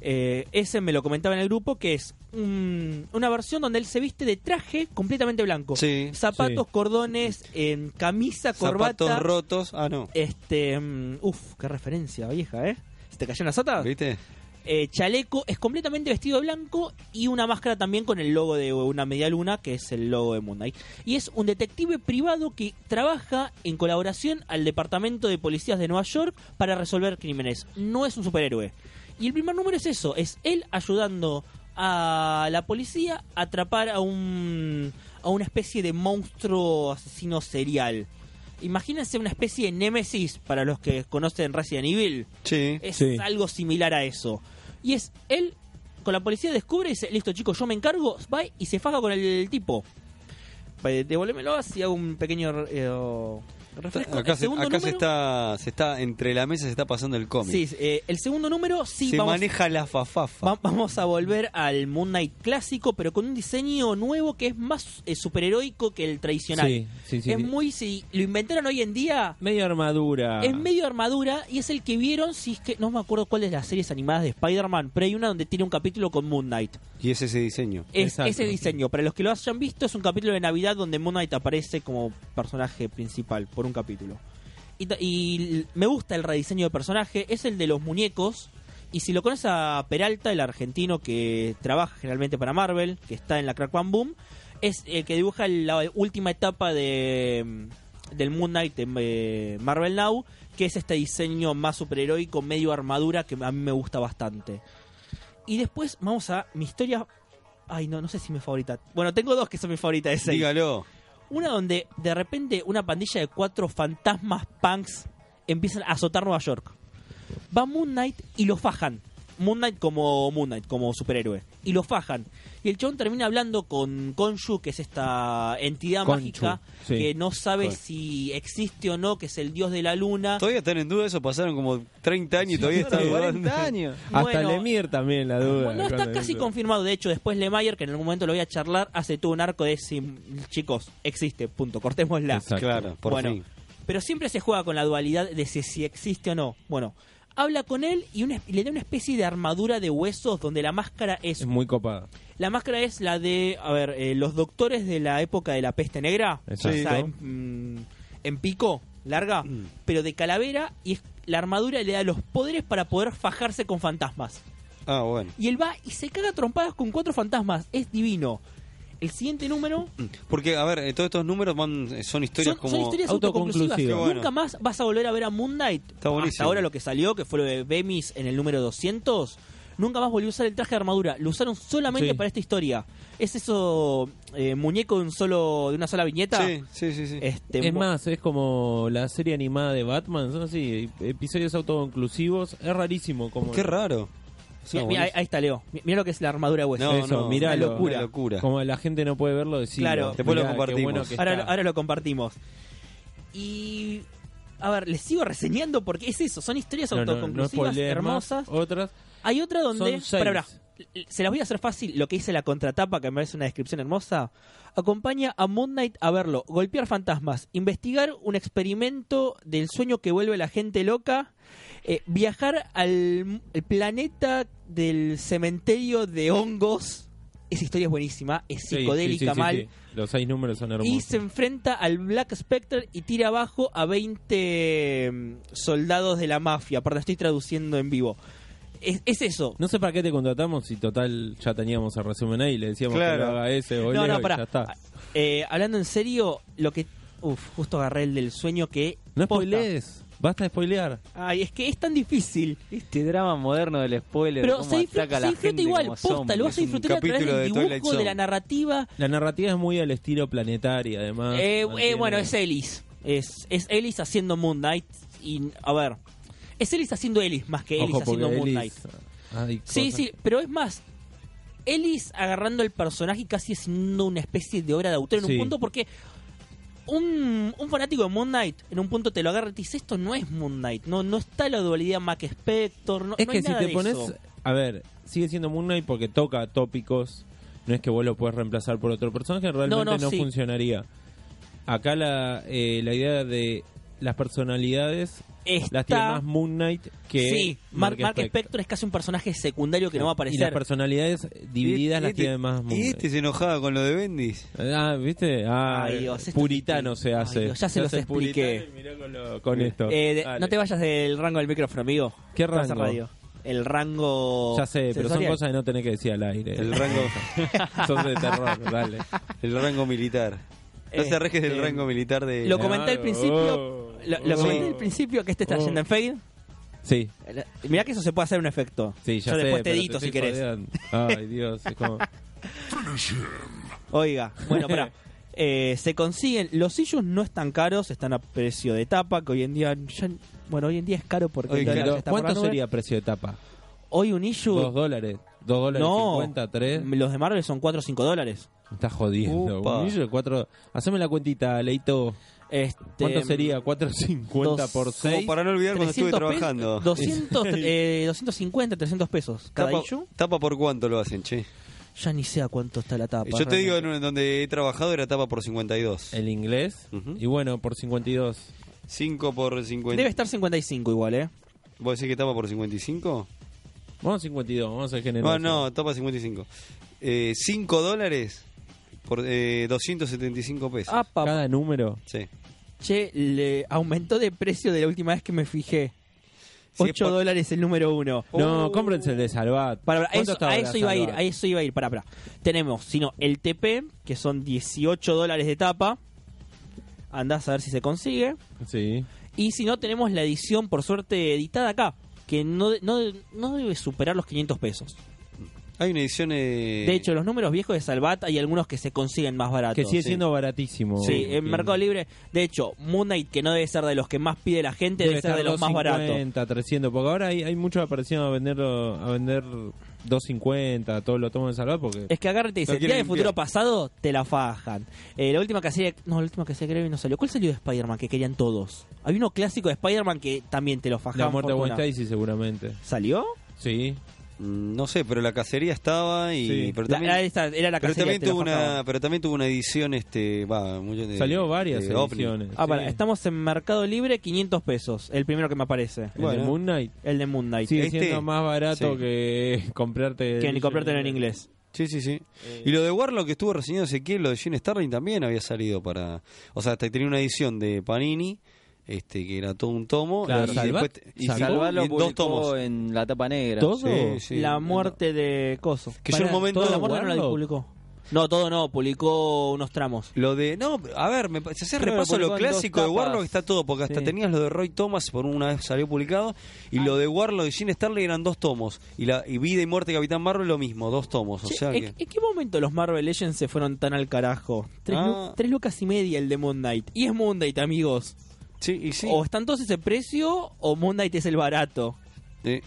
[SPEAKER 6] eh, ese me lo comentaba en el grupo, que es un- una versión donde él se viste de traje completamente blanco.
[SPEAKER 3] Sí,
[SPEAKER 6] Zapatos,
[SPEAKER 4] sí.
[SPEAKER 6] cordones, en camisa, corbata.
[SPEAKER 3] Zapatos rotos. Ah, no.
[SPEAKER 6] este, mm, uf, qué referencia vieja, ¿eh? ¿Se te cayó en la sota?
[SPEAKER 3] ¿Viste?
[SPEAKER 6] Eh, chaleco, es completamente vestido de blanco y una máscara también con el logo de una media luna, que es el logo de Moon Knight. Y es un detective privado que trabaja en colaboración al Departamento de Policías de Nueva York para resolver crímenes. No es un superhéroe. Y el primer número es eso, es él ayudando a la policía a atrapar a un a una especie de monstruo asesino serial. Imagínense una especie de némesis para los que conocen Resident Evil.
[SPEAKER 3] Sí.
[SPEAKER 6] Es
[SPEAKER 4] Sí.
[SPEAKER 6] algo similar a eso. Y es él, con la policía descubre y dice, listo chicos, yo me encargo, va y se faja con el tipo. Eh, Devolvémelo así hago un pequeño eh, refresco.
[SPEAKER 3] Acá,
[SPEAKER 6] el
[SPEAKER 3] se,
[SPEAKER 6] segundo
[SPEAKER 3] acá se
[SPEAKER 6] número-
[SPEAKER 3] está, se está entre la mesa se está pasando el cómic.
[SPEAKER 6] Sí, eh, el segundo número sí
[SPEAKER 3] se
[SPEAKER 6] vamos,
[SPEAKER 3] maneja la fafafa.
[SPEAKER 6] va- vamos a volver al Moon Knight clásico, pero con un diseño nuevo que es más eh, superheroico que el tradicional.
[SPEAKER 4] Sí, sí, sí.
[SPEAKER 6] es muy si lo inventaron hoy en día,
[SPEAKER 4] Medio armadura.
[SPEAKER 6] Es medio armadura y es el que vieron, si es que no me acuerdo cuál es las series animadas de Spider-Man, pero hay una donde tiene un capítulo con Moon Knight.
[SPEAKER 3] Y es ese diseño.
[SPEAKER 6] Es
[SPEAKER 4] Exacto.
[SPEAKER 6] ese diseño, para los que lo hayan visto, es un capítulo de Navidad donde Moon Knight aparece como personaje principal por un capítulo. Y, ta- y me gusta el rediseño de personaje, es el de los muñecos. Y si lo conoces a Peralta, el argentino que trabaja generalmente para Marvel, que está en la Crack One Boom, es el que dibuja la última etapa de mm, del Moon Knight en eh, Marvel Now, que es este diseño más superheroico, medio armadura, que a mí me gusta bastante. Y después vamos a mi historia... Ay, no, no sé si mi favorita. Bueno, tengo dos que son mi favorita de seis.
[SPEAKER 3] Dígalo.
[SPEAKER 6] Una donde de repente una pandilla de cuatro fantasmas punks empiezan a azotar Nueva York. Va Moon Knight y lo fajan. Moon Knight como Moon Knight, como superhéroe. Y lo fajan. Y el chabón termina hablando con Konshu, que es esta entidad
[SPEAKER 4] Khonshu,
[SPEAKER 6] mágica
[SPEAKER 4] sí.
[SPEAKER 6] que no sabe
[SPEAKER 3] Joder.
[SPEAKER 6] si existe o no, que es el dios de la luna.
[SPEAKER 3] Todavía están en duda, eso pasaron como 30 años y todavía están dudando.
[SPEAKER 5] 40 años.
[SPEAKER 4] Hasta
[SPEAKER 6] Bueno,
[SPEAKER 4] Lemir también la duda.
[SPEAKER 6] Bueno, está
[SPEAKER 4] cuando
[SPEAKER 6] casi
[SPEAKER 4] hizo.
[SPEAKER 6] confirmado. De hecho, después Lemayer, que en algún momento lo voy a charlar, hace todo un arco de sim- chicos, existe, punto, cortémosla.
[SPEAKER 4] Exacto.
[SPEAKER 3] Claro, por
[SPEAKER 6] bueno,
[SPEAKER 3] fin.
[SPEAKER 6] pero siempre se juega con la dualidad de si, si existe o no. Bueno, habla con él y una- y le da una especie de armadura de huesos donde la máscara es...
[SPEAKER 4] Es muy copada.
[SPEAKER 6] La máscara es la de, a ver, eh, los doctores de la época de la peste negra.
[SPEAKER 4] Exacto.
[SPEAKER 6] O sea, en, mm, en pico, larga,
[SPEAKER 3] Mm.
[SPEAKER 6] pero de calavera y es- la armadura le da los poderes para poder fajarse con fantasmas.
[SPEAKER 3] Ah, bueno.
[SPEAKER 6] Y él va y se caga a trompadas con cuatro fantasmas. Es divino. El siguiente número
[SPEAKER 3] Porque, a ver, eh, todos estos números van, eh, son historias
[SPEAKER 6] son, son
[SPEAKER 3] como.
[SPEAKER 6] historias
[SPEAKER 4] autoconclusivas.
[SPEAKER 6] autoconclusivas.
[SPEAKER 4] Qué
[SPEAKER 3] bueno.
[SPEAKER 6] Nunca más vas a volver a ver a Moon Knight.
[SPEAKER 3] Está buenísimo.
[SPEAKER 6] Hasta ahora lo que salió, que fue lo de Bemis en el número 200, nunca más volvió a usar el traje de armadura. Lo usaron solamente
[SPEAKER 4] Sí.
[SPEAKER 6] para esta historia. Es eso eh, muñeco de un solo de una sola viñeta.
[SPEAKER 3] Sí, sí, sí. sí.
[SPEAKER 6] Este,
[SPEAKER 4] Es
[SPEAKER 6] mu-
[SPEAKER 4] más, es como la serie animada de Batman, son así, episodios autoconclusivos, es rarísimo como
[SPEAKER 3] Qué raro. Es una
[SPEAKER 6] Mira, eh, mira, ahí,
[SPEAKER 3] boludez.
[SPEAKER 6] ahí está Leo. Mi- Mira lo que es la armadura de hueso.
[SPEAKER 3] No,
[SPEAKER 4] eso,
[SPEAKER 3] no,
[SPEAKER 4] mirá
[SPEAKER 3] una
[SPEAKER 4] lo-
[SPEAKER 3] locura. Una locura.
[SPEAKER 4] como la gente no puede verlo decir.
[SPEAKER 6] Claro.
[SPEAKER 3] Después lo compartimos.
[SPEAKER 6] ahora, ahora lo compartimos. Y. A ver, les sigo reseñando porque es eso. Son historias autoconclusivas, hermosas.
[SPEAKER 4] Otras
[SPEAKER 6] Hay otra donde.
[SPEAKER 4] Son seis.
[SPEAKER 6] Pará, pará. L- l- se las voy a hacer fácil. Lo que dice la contratapa, que me parece una descripción hermosa. Acompaña a Moon Knight a verlo, golpear fantasmas, investigar un experimento del sueño que vuelve la gente loca, eh, viajar al m- el planeta del cementerio de hongos. Esa historia es buenísima, es
[SPEAKER 4] Sí,
[SPEAKER 6] psicodélica
[SPEAKER 4] sí, sí, sí,
[SPEAKER 6] mal.
[SPEAKER 4] sí. Los seis números son hermosos.
[SPEAKER 6] Y se enfrenta al Black Spectre y tira abajo a 20 mm, soldados de la mafia. Perdón, estoy traduciendo en vivo. Es, es eso.
[SPEAKER 4] No sé para qué te contratamos si total ya teníamos el resumen ahí, le decíamos
[SPEAKER 3] Claro.
[SPEAKER 4] que lo haga ese o
[SPEAKER 6] no,
[SPEAKER 4] Leo
[SPEAKER 6] no,
[SPEAKER 4] y
[SPEAKER 6] pará.
[SPEAKER 4] ya está.
[SPEAKER 6] Eh, hablando en serio, lo que. Uf, justo agarré el del sueño que.
[SPEAKER 4] No
[SPEAKER 6] posta.
[SPEAKER 4] spoilees, basta de spoilear.
[SPEAKER 6] Ay, es que es tan difícil.
[SPEAKER 5] Este drama moderno del spoiler.
[SPEAKER 6] Pero
[SPEAKER 5] cómo
[SPEAKER 6] se, disfr-
[SPEAKER 5] ataca a
[SPEAKER 6] se
[SPEAKER 5] la
[SPEAKER 6] disfruta
[SPEAKER 5] gente
[SPEAKER 6] igual,
[SPEAKER 5] como
[SPEAKER 6] posta.
[SPEAKER 5] zombie.
[SPEAKER 6] Lo
[SPEAKER 3] es
[SPEAKER 6] vas a
[SPEAKER 3] un
[SPEAKER 6] disfrutar a través
[SPEAKER 3] capítulo
[SPEAKER 6] del
[SPEAKER 3] de Twilight
[SPEAKER 6] dibujo, de la
[SPEAKER 3] Zone.
[SPEAKER 6] narrativa.
[SPEAKER 4] La narrativa es muy al estilo planetaria, además.
[SPEAKER 6] Eh,
[SPEAKER 4] Ah, no
[SPEAKER 6] eh,
[SPEAKER 4] tiene-
[SPEAKER 6] bueno, es Ellis. Es, es Ellis haciendo Moon Knight. Y, a ver. Es Ellis haciendo Ellis más que Ellis
[SPEAKER 4] Ojo, porque
[SPEAKER 6] haciendo Moon Knight.
[SPEAKER 4] Ellis- hay
[SPEAKER 6] Sí,
[SPEAKER 4] cosas-
[SPEAKER 6] sí, pero es más. Ellis agarrando el personaje y casi haciendo una especie de obra de autor en
[SPEAKER 4] Sí.
[SPEAKER 6] un punto porque un, un fanático de Moon Knight en un punto te lo agarra y te dice esto no es Moon Knight, no, no está la dualidad Mac Spector, no,
[SPEAKER 4] Es
[SPEAKER 6] no
[SPEAKER 4] que
[SPEAKER 6] hay
[SPEAKER 4] si
[SPEAKER 6] nada
[SPEAKER 4] te
[SPEAKER 6] de
[SPEAKER 4] pones.
[SPEAKER 6] eso.
[SPEAKER 4] A ver, sigue siendo Moon Knight porque toca tópicos. No es que vos lo puedes reemplazar por otro personaje, realmente
[SPEAKER 6] no,
[SPEAKER 4] no,
[SPEAKER 6] sí.
[SPEAKER 4] funcionaría. Acá la, eh, la idea de las personalidades
[SPEAKER 6] Está-
[SPEAKER 4] las tiene más Moon Knight que Ah,
[SPEAKER 6] sí, Mark, Mark Spector. es casi un personaje secundario que no va
[SPEAKER 4] Y las
[SPEAKER 6] a aparecer.
[SPEAKER 4] personalidades divididas las tiene más Moon
[SPEAKER 3] este, Y este
[SPEAKER 4] Knight.
[SPEAKER 3] se enojaba con lo de Bendis.
[SPEAKER 4] Ah, ¿viste? Ah,
[SPEAKER 6] Ay, Dios, esto-
[SPEAKER 4] puritano se
[SPEAKER 6] Ay,
[SPEAKER 4] hace.
[SPEAKER 6] Dios, ya se los
[SPEAKER 4] hace
[SPEAKER 6] expliqué.
[SPEAKER 4] puritano y mirá con, lo- con esto.
[SPEAKER 6] Eh, de-
[SPEAKER 4] Dale.
[SPEAKER 6] no te vayas del rango del micrófono, amigo.
[SPEAKER 4] ¿Qué
[SPEAKER 6] Estás en
[SPEAKER 4] rango?
[SPEAKER 6] radio. El rango.
[SPEAKER 4] Ya sé, pero son
[SPEAKER 6] sensorial.
[SPEAKER 4] cosas que no tenés que decir al aire.
[SPEAKER 3] El rango,
[SPEAKER 4] son de terror, dale.
[SPEAKER 3] el rango militar. No se arrejes del
[SPEAKER 6] Este,
[SPEAKER 3] rango militar de.
[SPEAKER 6] Lo comenté al
[SPEAKER 4] Claro.
[SPEAKER 6] principio. Lo, lo
[SPEAKER 4] Oh.
[SPEAKER 6] comenté al principio que este está
[SPEAKER 4] Oh.
[SPEAKER 6] yendo en fade.
[SPEAKER 4] Sí.
[SPEAKER 6] La- Mirá que eso se puede hacer un efecto.
[SPEAKER 4] Sí, ya
[SPEAKER 6] Yo
[SPEAKER 4] sé,
[SPEAKER 6] después te
[SPEAKER 4] pero
[SPEAKER 6] edito
[SPEAKER 4] estoy
[SPEAKER 6] si querés.
[SPEAKER 4] jodiendo. Ay, Dios, es como...
[SPEAKER 6] Oiga, bueno, pará. Eh, se consiguen, los sillos no están caros, están a precio de tapa, que hoy en día, ya- bueno, hoy en día es caro porque
[SPEAKER 3] Hoy
[SPEAKER 6] el
[SPEAKER 3] Claro,
[SPEAKER 6] dólar
[SPEAKER 4] Pero,
[SPEAKER 6] ya está por
[SPEAKER 4] ¿Cuánto
[SPEAKER 6] las nubes.
[SPEAKER 4] sería precio de tapa?
[SPEAKER 6] Hoy un issue,
[SPEAKER 4] ¿Dos dólares? ¿Dos dólares
[SPEAKER 6] no,
[SPEAKER 4] cincuenta? ¿Tres? Me
[SPEAKER 6] los de Marvel son 4 o 5 dólares.
[SPEAKER 4] estás jodiendo.
[SPEAKER 3] Upa.
[SPEAKER 4] Un millón de cuatro... Haceme la cuentita, Leito.
[SPEAKER 6] Este,
[SPEAKER 4] ¿Cuánto sería? ¿Cuatro cincuenta
[SPEAKER 6] dos-
[SPEAKER 4] por
[SPEAKER 3] Ah, Como
[SPEAKER 4] seis?
[SPEAKER 3] para no olvidar cuando estuve
[SPEAKER 6] 300 pesos,
[SPEAKER 3] trabajando.
[SPEAKER 6] 200, eh, 250, 300 pesos cada
[SPEAKER 3] tapa,
[SPEAKER 6] issue.
[SPEAKER 3] tapa por cuánto lo hacen, che.
[SPEAKER 6] Ya ni sé a cuánto está la tapa.
[SPEAKER 3] Yo te digo,
[SPEAKER 6] realmente. Eh.
[SPEAKER 3] en donde he trabajado era tapa por 52.
[SPEAKER 4] El inglés.
[SPEAKER 3] Ujú.
[SPEAKER 4] Y bueno, por 52.
[SPEAKER 3] 5 por 50.
[SPEAKER 6] Debe estar 55 igual, ¿eh?
[SPEAKER 3] ¿Vos decís que tapa por 55?
[SPEAKER 4] Vamos a 52, vamos a generoso.
[SPEAKER 3] No, Ah, no, tapa 55. Eh, 5 dólares por eh, 275 pesos.
[SPEAKER 6] Ah, papá.
[SPEAKER 4] Cada número.
[SPEAKER 3] Sí.
[SPEAKER 6] Che, le aumentó de precio de la última vez que me fijé.
[SPEAKER 3] Sí,
[SPEAKER 6] 8
[SPEAKER 3] por-
[SPEAKER 6] dólares el número uno.
[SPEAKER 4] No, cómprense el de Salvat.
[SPEAKER 6] Uh. Para, para,
[SPEAKER 4] ¿Cuánto
[SPEAKER 6] eso-
[SPEAKER 4] está
[SPEAKER 6] a
[SPEAKER 4] Uh. ahora
[SPEAKER 6] eso iba a ir,
[SPEAKER 4] Salvat?
[SPEAKER 6] a eso iba a ir, para, para. Tenemos, sino el TP, que son 18 dólares de tapa. Andás a ver si se consigue.
[SPEAKER 4] Sí.
[SPEAKER 6] Y si no, tenemos la edición, por suerte, editada acá, que no, de- no, de- no debe superar los 500 pesos.
[SPEAKER 3] Hay una edición. eh,
[SPEAKER 6] De hecho, los números viejos de Salvat hay algunos que se consiguen más baratos.
[SPEAKER 4] Que sigue
[SPEAKER 6] Sí.
[SPEAKER 4] siendo baratísimo.
[SPEAKER 6] Sí, en
[SPEAKER 4] Bien.
[SPEAKER 6] Mercado Libre. De hecho, Moon Knight, que no debe ser de los que más pide la gente, debe, ser
[SPEAKER 4] estar
[SPEAKER 6] de los más baratos.
[SPEAKER 4] 250, 300, porque ahora hay, hay muchos apareciendo a vender, a vender 250, todo lo toman de salvar porque...
[SPEAKER 6] Es que agarra y te dice,
[SPEAKER 3] No
[SPEAKER 6] Día
[SPEAKER 3] quieren
[SPEAKER 6] del futuro
[SPEAKER 3] limpiar.
[SPEAKER 6] pasado, te la fajan. Eh, la última que hacía, no, la última que hacía Grevy no salió. ¿Cuál salió de Spider-Man que querían todos? Hay uno clásico de Spider-Man que también te lo fajan.
[SPEAKER 4] la muerte de Gwen
[SPEAKER 6] fortuna.
[SPEAKER 4] Stacy seguramente.
[SPEAKER 6] ¿Salió?
[SPEAKER 4] Sí.
[SPEAKER 3] mm, No sé, pero la cacería estaba y.
[SPEAKER 4] Sí.
[SPEAKER 3] Pero
[SPEAKER 6] La-
[SPEAKER 3] también,
[SPEAKER 6] era, esta- era la
[SPEAKER 3] pero
[SPEAKER 6] cacería,
[SPEAKER 3] también
[SPEAKER 6] te la
[SPEAKER 3] tuvo una,
[SPEAKER 6] fajaban.
[SPEAKER 3] pero también tuvo una edición. este va, mucho de-
[SPEAKER 4] Salió varias
[SPEAKER 3] de OVNI.
[SPEAKER 4] ediciones.
[SPEAKER 6] Ah, para,
[SPEAKER 4] sí.
[SPEAKER 6] estamos en Mercado Libre, 500 pesos. El primero que me aparece.
[SPEAKER 4] El
[SPEAKER 3] Bueno.
[SPEAKER 4] de Moon Knight.
[SPEAKER 6] El de Moon Knight.
[SPEAKER 4] Sigue
[SPEAKER 3] Este-
[SPEAKER 4] siendo más barato
[SPEAKER 3] sí.
[SPEAKER 4] que comprarte...
[SPEAKER 6] Que ni comprártelo en inglés.
[SPEAKER 3] Sí, sí, sí. y lo de Warlock que estuvo reseñando Ezequiel, lo de Gene Starling también había salido para. O sea, hasta tenía una edición de Panini, este que era todo un tomo.
[SPEAKER 4] Claro,
[SPEAKER 3] y
[SPEAKER 4] Salvat-
[SPEAKER 3] después, y
[SPEAKER 4] Salvat
[SPEAKER 3] sacó
[SPEAKER 5] Salvat lo
[SPEAKER 3] en dos
[SPEAKER 5] publicó
[SPEAKER 3] tomos.
[SPEAKER 5] en la tapa negra.
[SPEAKER 4] ¿Todo?
[SPEAKER 3] Sí, sí.
[SPEAKER 6] la muerte de Coso.
[SPEAKER 3] Que yo en un momento-
[SPEAKER 6] la muerte no la
[SPEAKER 4] Warlock.
[SPEAKER 6] publicó. No, todo no, publicó unos tramos.
[SPEAKER 3] Lo de. No, a ver, me, pa- si haces
[SPEAKER 5] Claro,
[SPEAKER 3] repaso
[SPEAKER 5] publicó
[SPEAKER 3] lo
[SPEAKER 5] en dos
[SPEAKER 3] clásico de
[SPEAKER 5] tapas.
[SPEAKER 3] Warlock está todo, porque hasta
[SPEAKER 5] Sí.
[SPEAKER 3] tenías lo de Roy Thomas, por una vez salió publicado, y lo de Warlock y Gene Starley eran dos tomos. Y, la, y Vida y Muerte de Capitán Marvel lo mismo, dos tomos. O
[SPEAKER 6] Che,
[SPEAKER 3] sea
[SPEAKER 6] ¿en,
[SPEAKER 3] que.
[SPEAKER 6] en qué momento los Marvel Legends se fueron tan al carajo? Tres, lu-
[SPEAKER 3] Ah.
[SPEAKER 6] tres lucas y media el de Moon Knight. Y es Moon Knight, amigos.
[SPEAKER 3] Sí, y sí.
[SPEAKER 6] O están todos ese precio o Moon Knight es el barato.
[SPEAKER 3] Eh,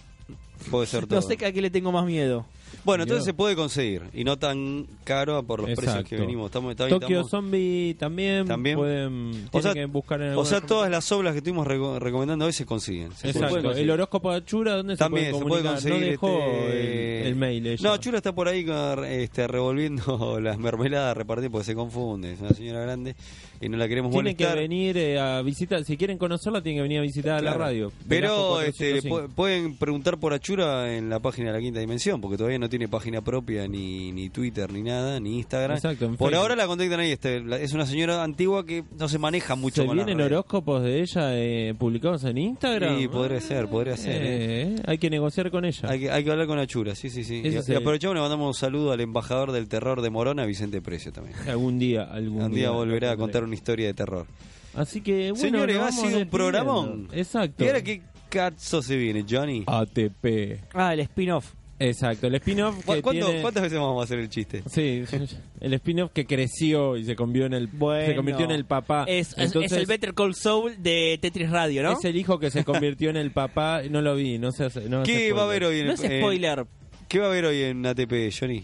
[SPEAKER 3] puede ser todo.
[SPEAKER 6] No sé a qué le tengo más miedo.
[SPEAKER 3] Bueno, entonces se puede conseguir, y no tan caro por los precios que
[SPEAKER 4] Exacto.
[SPEAKER 3] venimos. Estamos, está bien,
[SPEAKER 4] Tokyo
[SPEAKER 3] estamos-
[SPEAKER 4] Zombie también,
[SPEAKER 3] También.
[SPEAKER 4] pueden
[SPEAKER 3] O
[SPEAKER 4] tienen
[SPEAKER 3] sea,
[SPEAKER 4] que buscar en
[SPEAKER 3] o
[SPEAKER 4] alguna-
[SPEAKER 3] sea, todas las obras que estuvimos reco- recomendando hoy se consiguen. se pueden
[SPEAKER 4] Exacto.
[SPEAKER 3] conseguir.
[SPEAKER 4] El horóscopo de Chura, ¿dónde
[SPEAKER 3] También
[SPEAKER 4] se
[SPEAKER 3] se
[SPEAKER 4] puede
[SPEAKER 3] puede
[SPEAKER 4] comunicar?
[SPEAKER 3] conseguir.
[SPEAKER 4] no dejó
[SPEAKER 3] este,
[SPEAKER 4] el, el mail ella.
[SPEAKER 3] No, Chula está por ahí con- este, revolviendo las mermeladas a repartir porque se confunde. Es una señora grande y no la queremos
[SPEAKER 4] Tienen que
[SPEAKER 3] molestar.
[SPEAKER 4] venir eh, a visitar, si quieren conocerla tienen que venir a visitar a
[SPEAKER 3] Claro.
[SPEAKER 4] la radio.
[SPEAKER 3] Pero
[SPEAKER 4] Velasco
[SPEAKER 3] este,
[SPEAKER 4] 405.
[SPEAKER 3] pu- pueden preguntar por Achura en la página de la quinta dimensión, porque todavía no tiene página propia, ni, ni Twitter, ni nada, ni Instagram.
[SPEAKER 4] Exacto, en
[SPEAKER 3] por
[SPEAKER 4] Facebook.
[SPEAKER 3] ahora la contactan ahí. este, la- es una señora antigua que no se maneja mucho
[SPEAKER 4] ¿Se
[SPEAKER 3] con la
[SPEAKER 4] vienen
[SPEAKER 3] radio.
[SPEAKER 4] horóscopos de ella eh, publicados en Instagram?
[SPEAKER 3] Sí, podría ser, podría ser. ¿eh?
[SPEAKER 4] Eh, Hay que negociar con ella.
[SPEAKER 3] Hay que, hay que hablar con Achura, sí, sí, sí. Y,
[SPEAKER 4] Ese
[SPEAKER 3] y
[SPEAKER 4] es el-
[SPEAKER 3] aprovechamos, le mandamos un saludo al embajador del terror de Morona, Vicente Precio también.
[SPEAKER 4] Algún día, algún
[SPEAKER 3] Un
[SPEAKER 4] día
[SPEAKER 3] día volverá a contar una historia de terror.
[SPEAKER 4] Así que, bueno,
[SPEAKER 3] Señores,
[SPEAKER 4] nos
[SPEAKER 3] ha
[SPEAKER 4] vamos
[SPEAKER 3] sido un
[SPEAKER 4] despidiendo.
[SPEAKER 3] programón.
[SPEAKER 4] Exacto.
[SPEAKER 3] ¿Y ahora qué cazzo se viene, Johnny?
[SPEAKER 4] ATP.
[SPEAKER 6] Ah, el spin-off.
[SPEAKER 4] Exacto, el spin-off
[SPEAKER 3] ¿Cu-
[SPEAKER 4] que
[SPEAKER 3] cuánto-
[SPEAKER 4] tiene...
[SPEAKER 3] ¿Cuántas veces vamos a hacer el chiste?
[SPEAKER 4] Sí, el spin-off que creció y se convirtió en el,
[SPEAKER 6] Bueno.
[SPEAKER 4] se convirtió en el papá.
[SPEAKER 6] Es, es-
[SPEAKER 4] Entonces,
[SPEAKER 6] es el Better Call Saul de Tetris Radio, ¿no?
[SPEAKER 4] es el hijo que se convirtió en el papá. No lo vi, no sé. No hace
[SPEAKER 3] ¿Qué
[SPEAKER 4] spoiler.
[SPEAKER 3] va a haber hoy? En,
[SPEAKER 6] No es
[SPEAKER 3] en-
[SPEAKER 6] spoiler.
[SPEAKER 3] ¿Qué va a haber hoy en ATP, Johnny?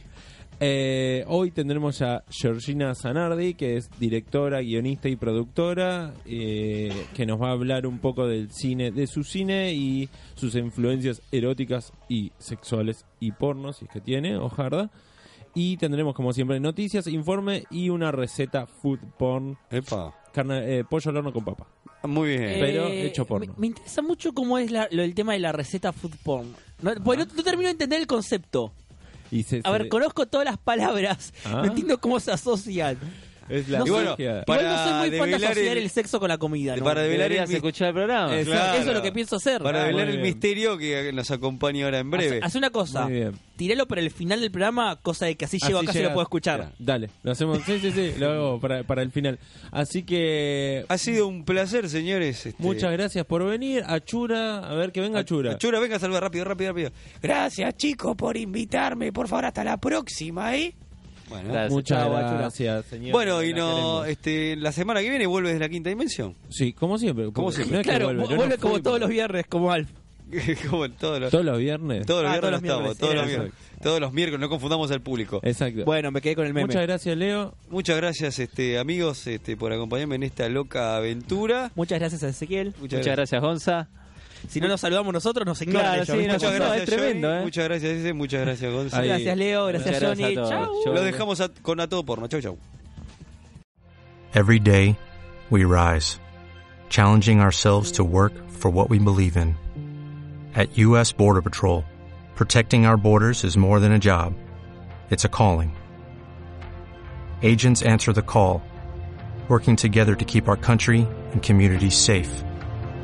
[SPEAKER 4] Eh, hoy tendremos a Georgina Zanardi, que es directora, guionista y productora, eh, que nos va a hablar un poco del cine, de su cine y sus influencias eróticas y sexuales y porno, si es que tiene, ojarda. Y tendremos, como siempre, noticias, informe y una receta food porn,
[SPEAKER 3] Epa.
[SPEAKER 4] carne, eh, pollo al horno con papa.
[SPEAKER 3] Muy bien.
[SPEAKER 4] Eh, pero hecho porno.
[SPEAKER 6] Me, me interesa mucho cómo es la- lo, el tema de la receta food porn. No, porque no, no termino de entender el concepto.
[SPEAKER 4] Y se-
[SPEAKER 6] A ver,
[SPEAKER 4] se-
[SPEAKER 6] conozco todas las palabras.
[SPEAKER 4] Ah.
[SPEAKER 6] No entiendo cómo se asocian.
[SPEAKER 4] es la
[SPEAKER 6] no
[SPEAKER 3] y
[SPEAKER 6] sé.
[SPEAKER 3] bueno,
[SPEAKER 4] magia.
[SPEAKER 6] Igual
[SPEAKER 3] Para
[SPEAKER 6] no soy muy fan de
[SPEAKER 3] develar
[SPEAKER 6] asociar
[SPEAKER 3] el-
[SPEAKER 6] el, sexo con la comida. ¿no?
[SPEAKER 3] Para develar el,
[SPEAKER 5] Deberías
[SPEAKER 3] mis-
[SPEAKER 5] escuchar el programa.
[SPEAKER 3] Exacto.
[SPEAKER 6] Eso- Eso
[SPEAKER 3] Claro.
[SPEAKER 6] es lo que pienso hacer.
[SPEAKER 3] para
[SPEAKER 4] Ah,
[SPEAKER 3] develar
[SPEAKER 4] muy
[SPEAKER 3] el
[SPEAKER 4] bien.
[SPEAKER 3] misterio que nos acompaña ahora en breve.
[SPEAKER 6] Haz, haz una cosa.
[SPEAKER 4] Muy bien.
[SPEAKER 6] Tiralo para el final del programa, cosa de que así, llego
[SPEAKER 4] Así
[SPEAKER 6] acá y
[SPEAKER 4] llega-
[SPEAKER 6] lo puedo escuchar.
[SPEAKER 4] Dale, lo hacemos. Sí, sí, sí, lo hago para, para el final. Así que
[SPEAKER 3] Ha sido un placer, señores. este-
[SPEAKER 4] muchas gracias por venir. Achura, a ver que venga Achura.
[SPEAKER 3] Chura, venga a saludar rápido, rápido, rápido.
[SPEAKER 7] Gracias, chicos, por invitarme. Por favor, hasta la próxima, ¿eh?
[SPEAKER 3] Bueno,
[SPEAKER 5] Gracias.
[SPEAKER 4] Muchas
[SPEAKER 5] Chau, Achura.
[SPEAKER 4] gracias, señor.
[SPEAKER 3] bueno y
[SPEAKER 4] La
[SPEAKER 3] no,
[SPEAKER 4] queremos.
[SPEAKER 3] este, la semana que viene vuelve desde la quinta dimensión.
[SPEAKER 4] Sí, como siempre. porque
[SPEAKER 3] Como siempre.
[SPEAKER 4] no es que
[SPEAKER 6] claro,
[SPEAKER 4] vuelve,
[SPEAKER 6] vu-
[SPEAKER 4] yo no
[SPEAKER 6] vuelve como
[SPEAKER 4] fui,
[SPEAKER 6] todos
[SPEAKER 4] pero-
[SPEAKER 6] los viernes, como Alf.
[SPEAKER 3] Como en todos los,
[SPEAKER 4] Todos los viernes.
[SPEAKER 3] todos los
[SPEAKER 6] Ah,
[SPEAKER 3] viernes
[SPEAKER 6] todos los
[SPEAKER 3] estamos,
[SPEAKER 6] miércoles,
[SPEAKER 3] todos los
[SPEAKER 6] era eso.
[SPEAKER 3] miércoles. Todos los miércoles, no confundamos al público.
[SPEAKER 4] Exacto.
[SPEAKER 6] Bueno, me quedé con el meme.
[SPEAKER 4] muchas gracias, Leo.
[SPEAKER 3] Muchas gracias, este, amigos, este, por acompañarme en esta loca aventura.
[SPEAKER 6] Muchas gracias a Ezequiel.
[SPEAKER 5] Muchas gracias, Gonza.
[SPEAKER 6] Si no nos saludamos nosotros, nos ignoran
[SPEAKER 5] Claro,
[SPEAKER 6] ellos,
[SPEAKER 5] sí,
[SPEAKER 6] ¿viste?
[SPEAKER 5] no,
[SPEAKER 3] Muchas
[SPEAKER 5] es
[SPEAKER 3] gracias,
[SPEAKER 5] tremendo,
[SPEAKER 3] Johnny.
[SPEAKER 5] eh.
[SPEAKER 3] Muchas gracias, Eze. Muchas gracias, Gonzalo.
[SPEAKER 4] Ahí.
[SPEAKER 6] Gracias, Leo. Gracias,
[SPEAKER 5] Muchas gracias
[SPEAKER 6] Johnny.
[SPEAKER 5] a todos.
[SPEAKER 6] Chau.
[SPEAKER 5] Chau.
[SPEAKER 3] Lo dejamos a- con A Todo Porno. Chau, chau.
[SPEAKER 8] Every day, we rise, challenging ourselves to work for what we believe in. At U.S. Border Patrol, protecting our borders is more than a job, it's a calling. Agents answer the call, working together to keep our country and communities safe.